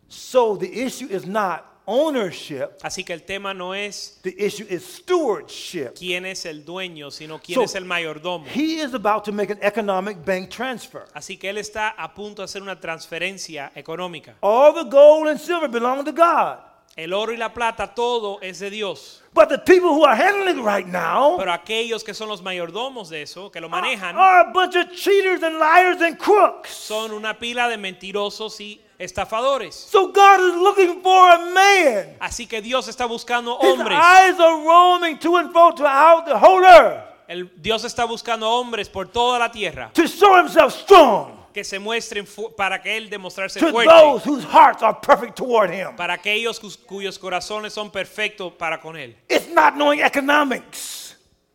S3: So the issue is not ownership,
S4: Así que el tema no es
S3: the issue is stewardship.
S4: quién es el dueño, sino quién
S3: So-
S4: es el mayordomo.
S3: He is about to make an economic bank transfer.
S4: Así que él está a punto de hacer una transferencia económica.
S3: All the gold and silver belong to God.
S4: El oro y la plata, todo es de Dios.
S3: But the people who are handling it right now
S4: Pero aquellos que son los mayordomos de eso, que lo
S3: are,
S4: manejan,
S3: Ah, are a bunch of cheaters and liars and crooks.
S4: son una pila de mentirosos y estafadores.
S3: So God is looking for a man.
S4: Así que Dios está buscando
S3: His
S4: hombres.
S3: eyes are roaming to and fro throughout the whole earth
S4: El- Dios está buscando hombres por toda la tierra
S3: to show himself strong
S4: que se muestren fu- para que él demostrarse
S3: to
S4: fuerte,
S3: those whose hearts are perfect toward him.
S4: para aquellos cus- cuyos corazones son perfectos para con él.
S3: It's not knowing economics.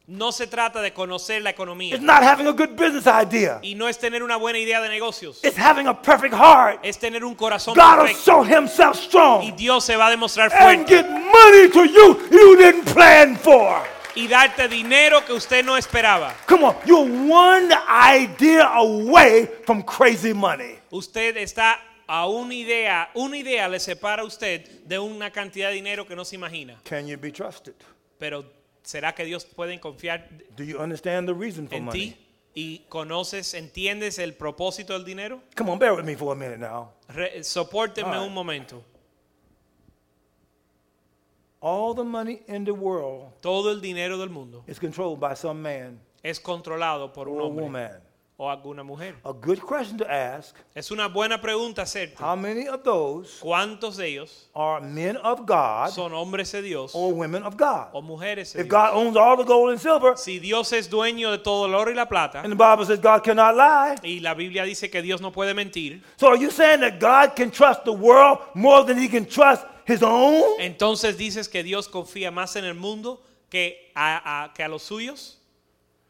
S4: No se trata de conocer la
S3: It's
S4: economía
S3: not having a good business idea.
S4: y no es tener una buena idea de negocios,
S3: It's having a perfect heart.
S4: es tener un corazón
S3: God will
S4: perfecto
S3: show himself
S4: y
S3: strong
S4: Dios se va a demostrar
S3: and
S4: fuerte
S3: get money to you you didn't plan for.
S4: y darte dinero que usted no esperaba.
S3: Come on, you're one idea away from crazy money.
S4: Usted está a una idea, una idea le separa a usted de una cantidad de dinero que no se imagina.
S3: Can you be trusted?
S4: Pero ¿será que Dios puede confiar
S3: Do you understand the reason for
S4: en ti?
S3: money?
S4: ¿Y conoces, entiendes el propósito del dinero?
S3: Come on, bear with me for a minute now.
S4: Re- sopórtenme
S3: Alright.
S4: un momento.
S3: All the money in the world
S4: Todo el dinero del mundo
S3: is controlled by some man
S4: es controlado por un
S3: or a
S4: hombre
S3: woman.
S4: o alguna mujer.
S3: A good question to ask
S4: Es una buena pregunta hacerte.
S3: how many of those
S4: ¿Cuántos de ellos
S3: are men of God
S4: son hombres de Dios
S3: or women of God?
S4: o mujeres de
S3: Oh. If
S4: Dios?
S3: God owns all the gold and silver,
S4: Si Dios es dueño de todo el oro y la plata,
S3: and the Bible says God cannot lie,
S4: y la Biblia dice que Dios no puede mentir,
S3: so are you saying that God can trust the world more than he can trust his own?
S4: Entonces dices que Dios confía más en el mundo que a, a- que a los suyos.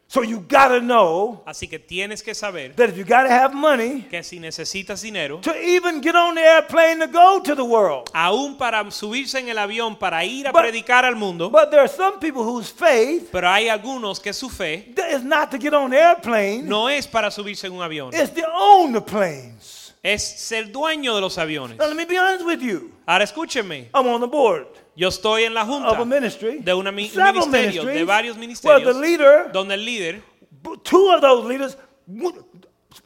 S3: So you gotta know
S4: Así que tienes que saber
S3: that if you gotta have money
S4: que si necesitas dinero,
S3: to even get on the airplane to go to the world.
S4: aún para subirse en el avión, para ir a
S3: But-
S4: predicar al mundo,
S3: But there are some people whose faith
S4: pero hay algunos que su fe
S3: is not to get on the airplane,
S4: no es para subirse en un avión,
S3: it's to own the planes.
S4: es ser dueño de los aviones.
S3: Now let me be honest with you.
S4: Ahora escúcheme,
S3: I'm on the board
S4: yo estoy en la
S3: of a
S4: junta
S3: ministry,
S4: de una mi- un
S3: several
S4: ministerio,
S3: ministries,
S4: de varios
S3: where the
S4: ministerios,
S3: leader,
S4: donde el líder,
S3: b- two of those leaders, w-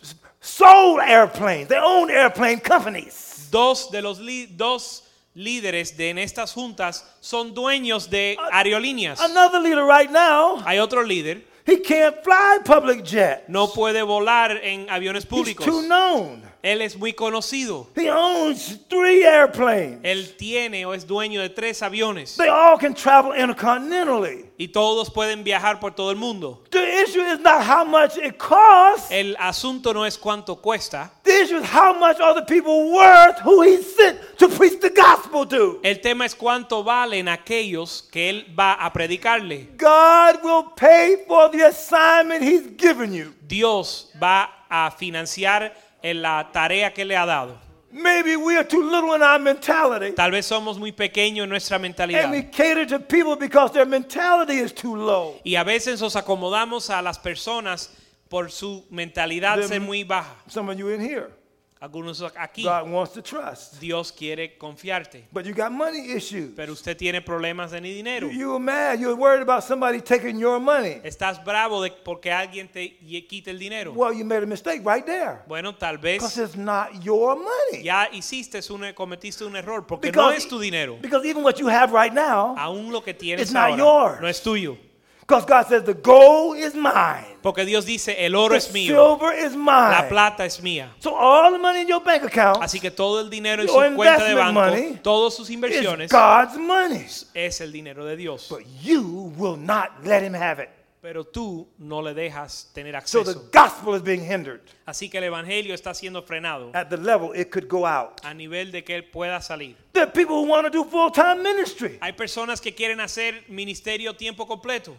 S3: s- sold airplanes. They own airplane companies.
S4: dos de los li- dos líderes de en estas juntas son dueños de
S3: Ah,
S4: aerolíneas.
S3: Another leader right now,
S4: Hay otro líder,
S3: he can't fly public jet.
S4: no puede volar en aviones
S3: He's
S4: públicos.
S3: too known.
S4: Él es muy conocido.
S3: He owns three airplanes.
S4: Él tiene o es dueño de tres aviones
S3: They all can travel intercontinentally.
S4: y todos pueden viajar por todo el mundo.
S3: The issue is not how much it costs.
S4: El asunto no es cuánto cuesta.
S3: The issue is how much are the people worth who he sent to preach the gospel to.
S4: El tema es cuánto valen aquellos que él va a predicarle.
S3: God will pay for the assignment he's given you.
S4: Dios va a financiar en la tarea que le ha dado.
S3: Maybe we are too little in our mentality.
S4: Tal vez somos muy pequeños en nuestra
S3: And we
S4: mentalidad.
S3: cater to people because their mentality is too low.
S4: Y a veces nos acomodamos a las personas por su mentalidad
S3: Them-
S4: ser muy baja.
S3: Some of you in here,
S4: Algunos aquí.
S3: God wants to trust.
S4: Dios quiere confiarte,
S3: But you got money issues.
S4: pero usted tiene problemas de ni dinero.
S3: You, you were mad. You were worried about somebody taking your money.
S4: Estás bravo de porque alguien te y- quite el dinero.
S3: Well, you made a mistake right there.
S4: Bueno, tal
S3: Because
S4: vez
S3: it's not your money.
S4: ya hiciste un, cometiste un error porque no
S3: Because-
S4: es tu dinero.
S3: Because even what you have right now,
S4: Aún lo que tienes
S3: It's not
S4: ahora
S3: yours.
S4: no es tuyo,
S3: because God says the gold is mine,
S4: porque Dios dice el oro
S3: the
S4: es mío,
S3: silver is
S4: la
S3: mine.
S4: plata es mía.
S3: So all the money in your bank account
S4: Así que todo el dinero en su
S3: Your
S4: cuenta de
S3: investment
S4: banco,
S3: money
S4: todas sus
S3: is
S4: inversiones
S3: God's money, Pues
S4: es el dinero de Dios,
S3: but you will not let Him have it.
S4: pero tú no le dejas tener
S3: So the
S4: acceso.
S3: gospel is being hindered
S4: Así que el evangelio está siendo frenado
S3: at the level it could go out.
S4: a nivel de que él pueda salir.
S3: There are people who want to do full time ministry,
S4: Hay personas que quieren hacer ministerio tiempo completo,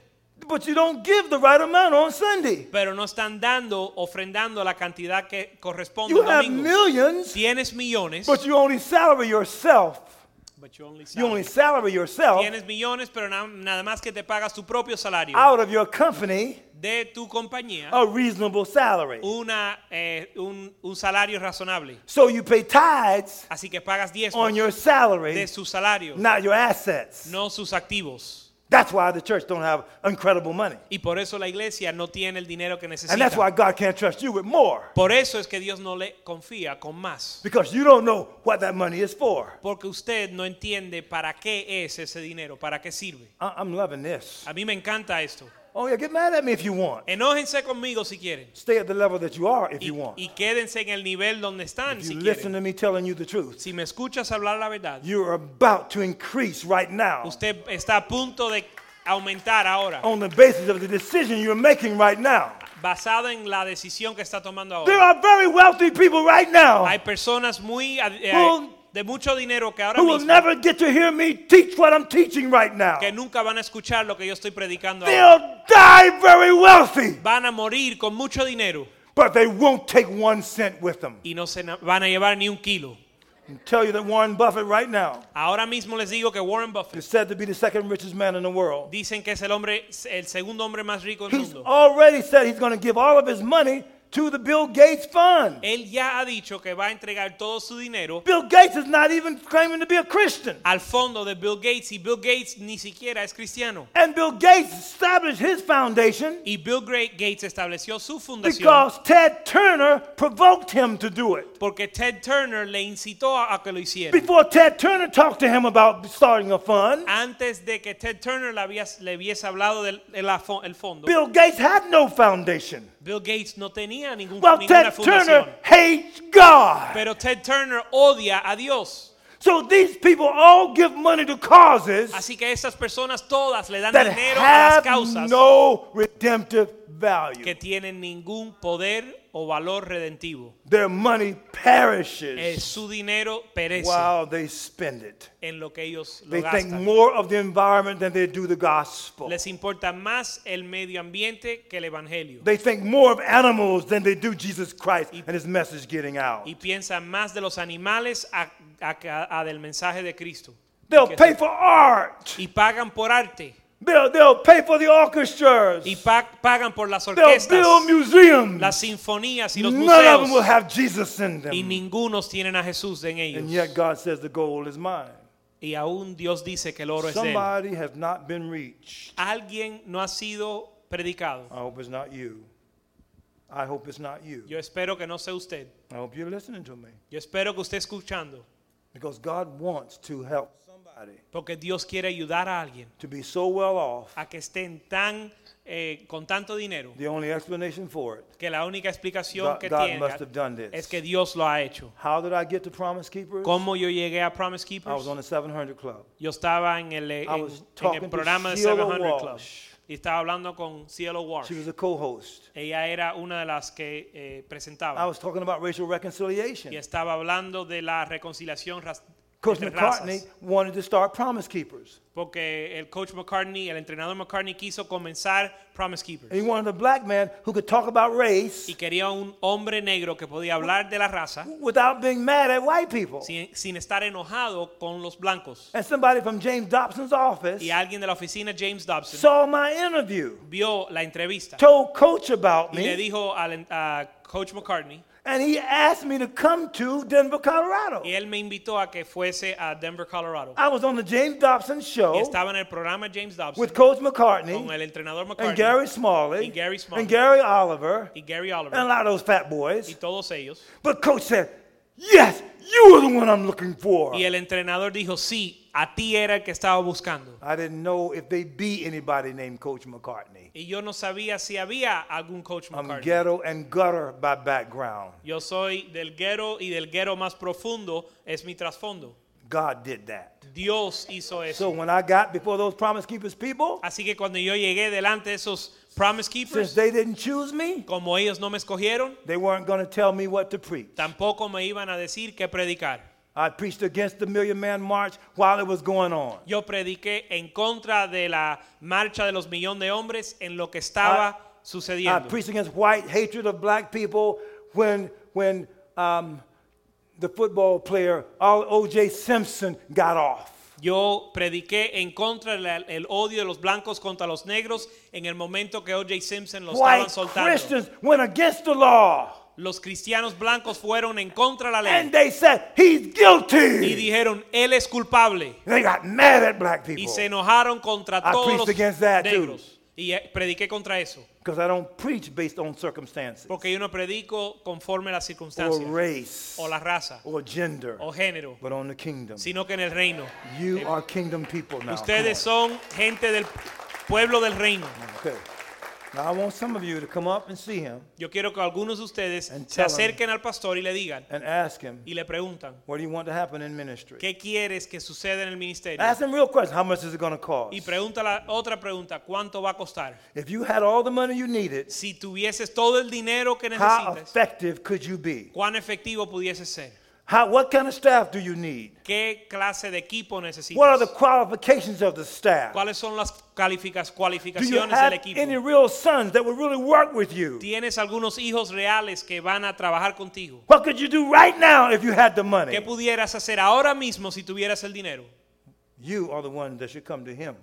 S3: but you don't give the right amount on Sunday.
S4: pero no están dando, ofrendando la cantidad que corresponde
S3: You
S4: un
S3: have
S4: domingo.
S3: millions,
S4: Tienes millones,
S3: but you only salary yourself.
S4: but you only
S3: You only
S4: salary.
S3: salary yourself
S4: Tienes millones, pero na- nada más que te pagas tu propio salario
S3: out of your company
S4: de tu compañía,
S3: a reasonable salary.
S4: una, eh, un, un salario razonable.
S3: So you pay tithes
S4: Así que pagas 10
S3: on your
S4: de
S3: salary,
S4: su salario,
S3: not your assets.
S4: no sus activos.
S3: That's why the church don't have incredible money.
S4: Y por eso la iglesia no tiene el dinero que necesita.
S3: And that's why God can't trust you with more.
S4: Por eso es que Dios no le confía con más.
S3: Because you don't know what that money is for.
S4: Porque usted no entiende para qué es ese dinero, para qué sirve.
S3: I- I'm loving this.
S4: A mí me encanta esto.
S3: Oh, yeah, get mad at me if you want.
S4: Enójense conmigo si quieren.
S3: Stay at the level that you are if
S4: Y,
S3: you want.
S4: y quédense en el nivel donde están
S3: If you
S4: si
S3: listen
S4: quieren.
S3: to me telling you the truth,
S4: Si me escuchas hablar la verdad,
S3: you're about to increase right now
S4: usted está a punto de aumentar ahora,
S3: on the basis of the decision you're making right now.
S4: basado en la decisión que está tomando
S3: There
S4: ahora.
S3: are very wealthy people right now
S4: Hay personas muy eh,
S3: Who-
S4: de mucho dinero que ahora
S3: who will
S4: mismo
S3: never get to hear me teach what I'm teaching right now.
S4: que nunca van a escuchar lo que yo estoy predicando ahora.
S3: They'll die very wealthy,
S4: Van a morir con mucho dinero
S3: but they won't take one cent with them.
S4: y no se na- van a llevar ni un kilo.
S3: And tell you that Warren Buffett right now
S4: Ahora mismo les digo que Warren Buffett
S3: is said to be the second richest man in the world.
S4: dicen que es el hombre el segundo hombre más rico del
S3: He's
S4: mundo.
S3: already said he's going to give all of his money to the Bill Gates Fund.
S4: Él ya ha dicho que va a entregar todo su dinero
S3: Bill Gates is not even claiming to be a Christian.
S4: al fondo de Bill Gates y Bill Gates ni siquiera es cristiano.
S3: And Bill Gates established his foundation
S4: Y Bill Gra- Gates estableció su fundación
S3: because Ted Turner provoked him to do it.
S4: porque Ted Turner le incitó a, a que lo hiciera.
S3: Before Ted Turner talked to him about starting a fund,
S4: Antes de que Ted Turner le, había- le hubiese hablado del de la fo- el fondo,
S3: Bill Gates had no foundation.
S4: Bill Gates no tenía ningún,
S3: Well,
S4: ninguna
S3: Ted
S4: fundación.
S3: Turner hates God.
S4: Pero Ted Turner odia a Dios.
S3: So these people all give money to causes
S4: Así que estas personas todas le dan
S3: that
S4: dinero a las
S3: have
S4: causas
S3: no redemptive value.
S4: que tienen ningún poder o valor redentivo.
S3: Their money perishes
S4: Eh, su dinero perece
S3: while they spend it.
S4: en lo que ellos lo
S3: They think
S4: gastan.
S3: more of the environment than they do the gospel.
S4: Les importa más el medio ambiente que el evangelio.
S3: They think more of animals than they do Jesus Christ and his message getting out.
S4: Y piensan más de los animales a, a- a del mensaje de Cristo.
S3: They'll pay for art.
S4: Y pagan por arte.
S3: They'll, they'll pay for the orchestras.
S4: Y pa- pagan por las
S3: They'll
S4: orquestas,
S3: build museums.
S4: las sinfonías y los
S3: None of them will
S4: museos.
S3: have Jesus in
S4: Y
S3: them.
S4: ningunos tienen a Jesús en ellos.
S3: And yet God says the goal is mine.
S4: Y aún Dios dice que el oro es de él.
S3: Somebody has not been reached.
S4: Alguien no ha sido predicado.
S3: I hope it's not you. I hope it's not you.
S4: Yo espero que no sea usted.
S3: I hope you're listening to me.
S4: Yo espero que usted escuchando,
S3: Because God wants to help somebody
S4: porque Dios quiere ayudar a alguien
S3: to be so well off.
S4: a que estén tan eh, con tanto dinero
S3: The only explanation for it
S4: que la única explicación
S3: God,
S4: que
S3: God
S4: tenga
S3: must have done this.
S4: es que Dios lo ha hecho.
S3: How did I get to Promise Keepers?
S4: ¿Cómo yo llegué a
S3: I was
S4: Promise Keepers?
S3: on the 700 Club.
S4: Yo estaba en el, eh, en-
S3: was
S4: en
S3: talking to
S4: el programa de
S3: Cielo
S4: 700 Club
S3: Walsh.
S4: y estaba hablando con Cielo Walsh.
S3: She was a co-host.
S4: Ella era una de las que eh,
S3: I
S4: presentaba
S3: was talking about racial reconciliation.
S4: y estaba hablando de la reconciliación ras-
S3: Coach
S4: entre
S3: McCartney
S4: razas.
S3: wanted to start Promise Keepers.
S4: Porque el coach McCartney, el entrenador McCartney quiso comenzar Promise Keepers.
S3: And he wanted a black man who could talk about race
S4: y quería un hombre negro que podía hablar de la raza
S3: without being mad at white people.
S4: sin, sin estar enojado con los blancos.
S3: And somebody from James Dobson's office
S4: Y alguien de la oficina, James Dobson,
S3: saw my interview,
S4: vio la entrevista
S3: told Coach about
S4: y le
S3: me,
S4: dijo al en- a Coach McCartney,
S3: and he asked me to come to Denver, Colorado.
S4: y él me invitó a que fuese a Denver, Colorado.
S3: I was on the James Dobson
S4: Y
S3: show
S4: estaba en el programa James Dobson
S3: Ah, with Coach
S4: con
S3: McCartney
S4: el entrenador
S3: and
S4: McCartney
S3: Gary Smalley
S4: And Gary Smalley.
S3: and Gary Oliver
S4: y Gary
S3: and a
S4: Oliver
S3: lot of those fat
S4: y
S3: boys.
S4: todos ellos.
S3: But coach said, "Yes, you are the one I'm looking for."
S4: Y el entrenador dijo, sí, a ti era el que estaba buscando.
S3: I didn't know if they be anybody named Coach McCartney.
S4: Y yo no sabía si había algún coach
S3: I'm
S4: McCartney.
S3: ghetto and gutter by background.
S4: Yo soy del guero y del guero más profundo es mi trasfondo.
S3: God did that.
S4: Dios hizo eso.
S3: So when I got before those Promise Keepers people,
S4: Así que cuando yo llegué delante de esos
S3: since
S4: Promise Keepers,
S3: they didn't choose me,
S4: como ellos no me escogieron,
S3: they weren't going to tell me what to preach.
S4: tampoco me iban a decir qué predicar.
S3: I preached against the Million Man March while it was going on.
S4: Yo prediqué en contra de la marcha de los millón de hombres en lo que
S3: Ah, I
S4: estaba sucediendo.
S3: preached against white hatred of black people when when um, the football player all O.J. Simpson got off.
S4: Yo prediqué en contra del el odio de los blancos contra los negros en el momento que O.J. Simpson lo estaban
S3: White
S4: soltando.
S3: Christians went against the law
S4: Los cristianos blancos fueron en contra de la
S3: and
S4: ley
S3: they said he's
S4: y
S3: guilty.
S4: dijeron, él es culpable.
S3: They got mad at black
S4: Y
S3: people
S4: se enojaron contra
S3: I
S4: todos
S3: preached
S4: los
S3: against that too.
S4: negros. Y eh, prediqué contra eso.
S3: because I don't preach based on circumstances
S4: Porque yo no predico conforme a las
S3: or
S4: circunstancias
S3: race
S4: o la raza
S3: or gender,
S4: o género,
S3: but on the kingdom.
S4: sino que en el reino.
S3: You are kingdom people now. Come
S4: Ustedes son gente del pueblo del reino.
S3: on. Okay. Now I want some of you to come up and see him
S4: Yo quiero que algunos de ustedes
S3: And
S4: se
S3: tell 'em.
S4: acerquen al pastor y le digan
S3: and ask him
S4: y le preguntan,
S3: What do you want to happen in ministry?
S4: ¿qué quieres que suceda en el ministerio?
S3: Ask them real questions. How much is it going to cost?
S4: Y pregunta la otra pregunta, ¿cuánto va a costar?
S3: If you had all the money you needed,
S4: Si tuvieses todo el dinero que
S3: how
S4: necesitas,
S3: effective could you be?
S4: ¿cuán efectivo pudieses ser?
S3: How, what kind of staff do you need?
S4: ¿Qué clase de equipo necesitas?
S3: What are the qualifications of the staff?
S4: ¿Cuáles son las calificas-
S3: Do you
S4: cualificaciones del
S3: have
S4: equipo?
S3: any real sons that will really work with you?
S4: ¿Tienes algunos hijos reales que van a trabajar contigo?
S3: What could you do right now if you had the
S4: ¿Qué
S3: money?
S4: pudieras hacer ahora mismo si tuvieras el dinero?
S3: You are the one that should come to him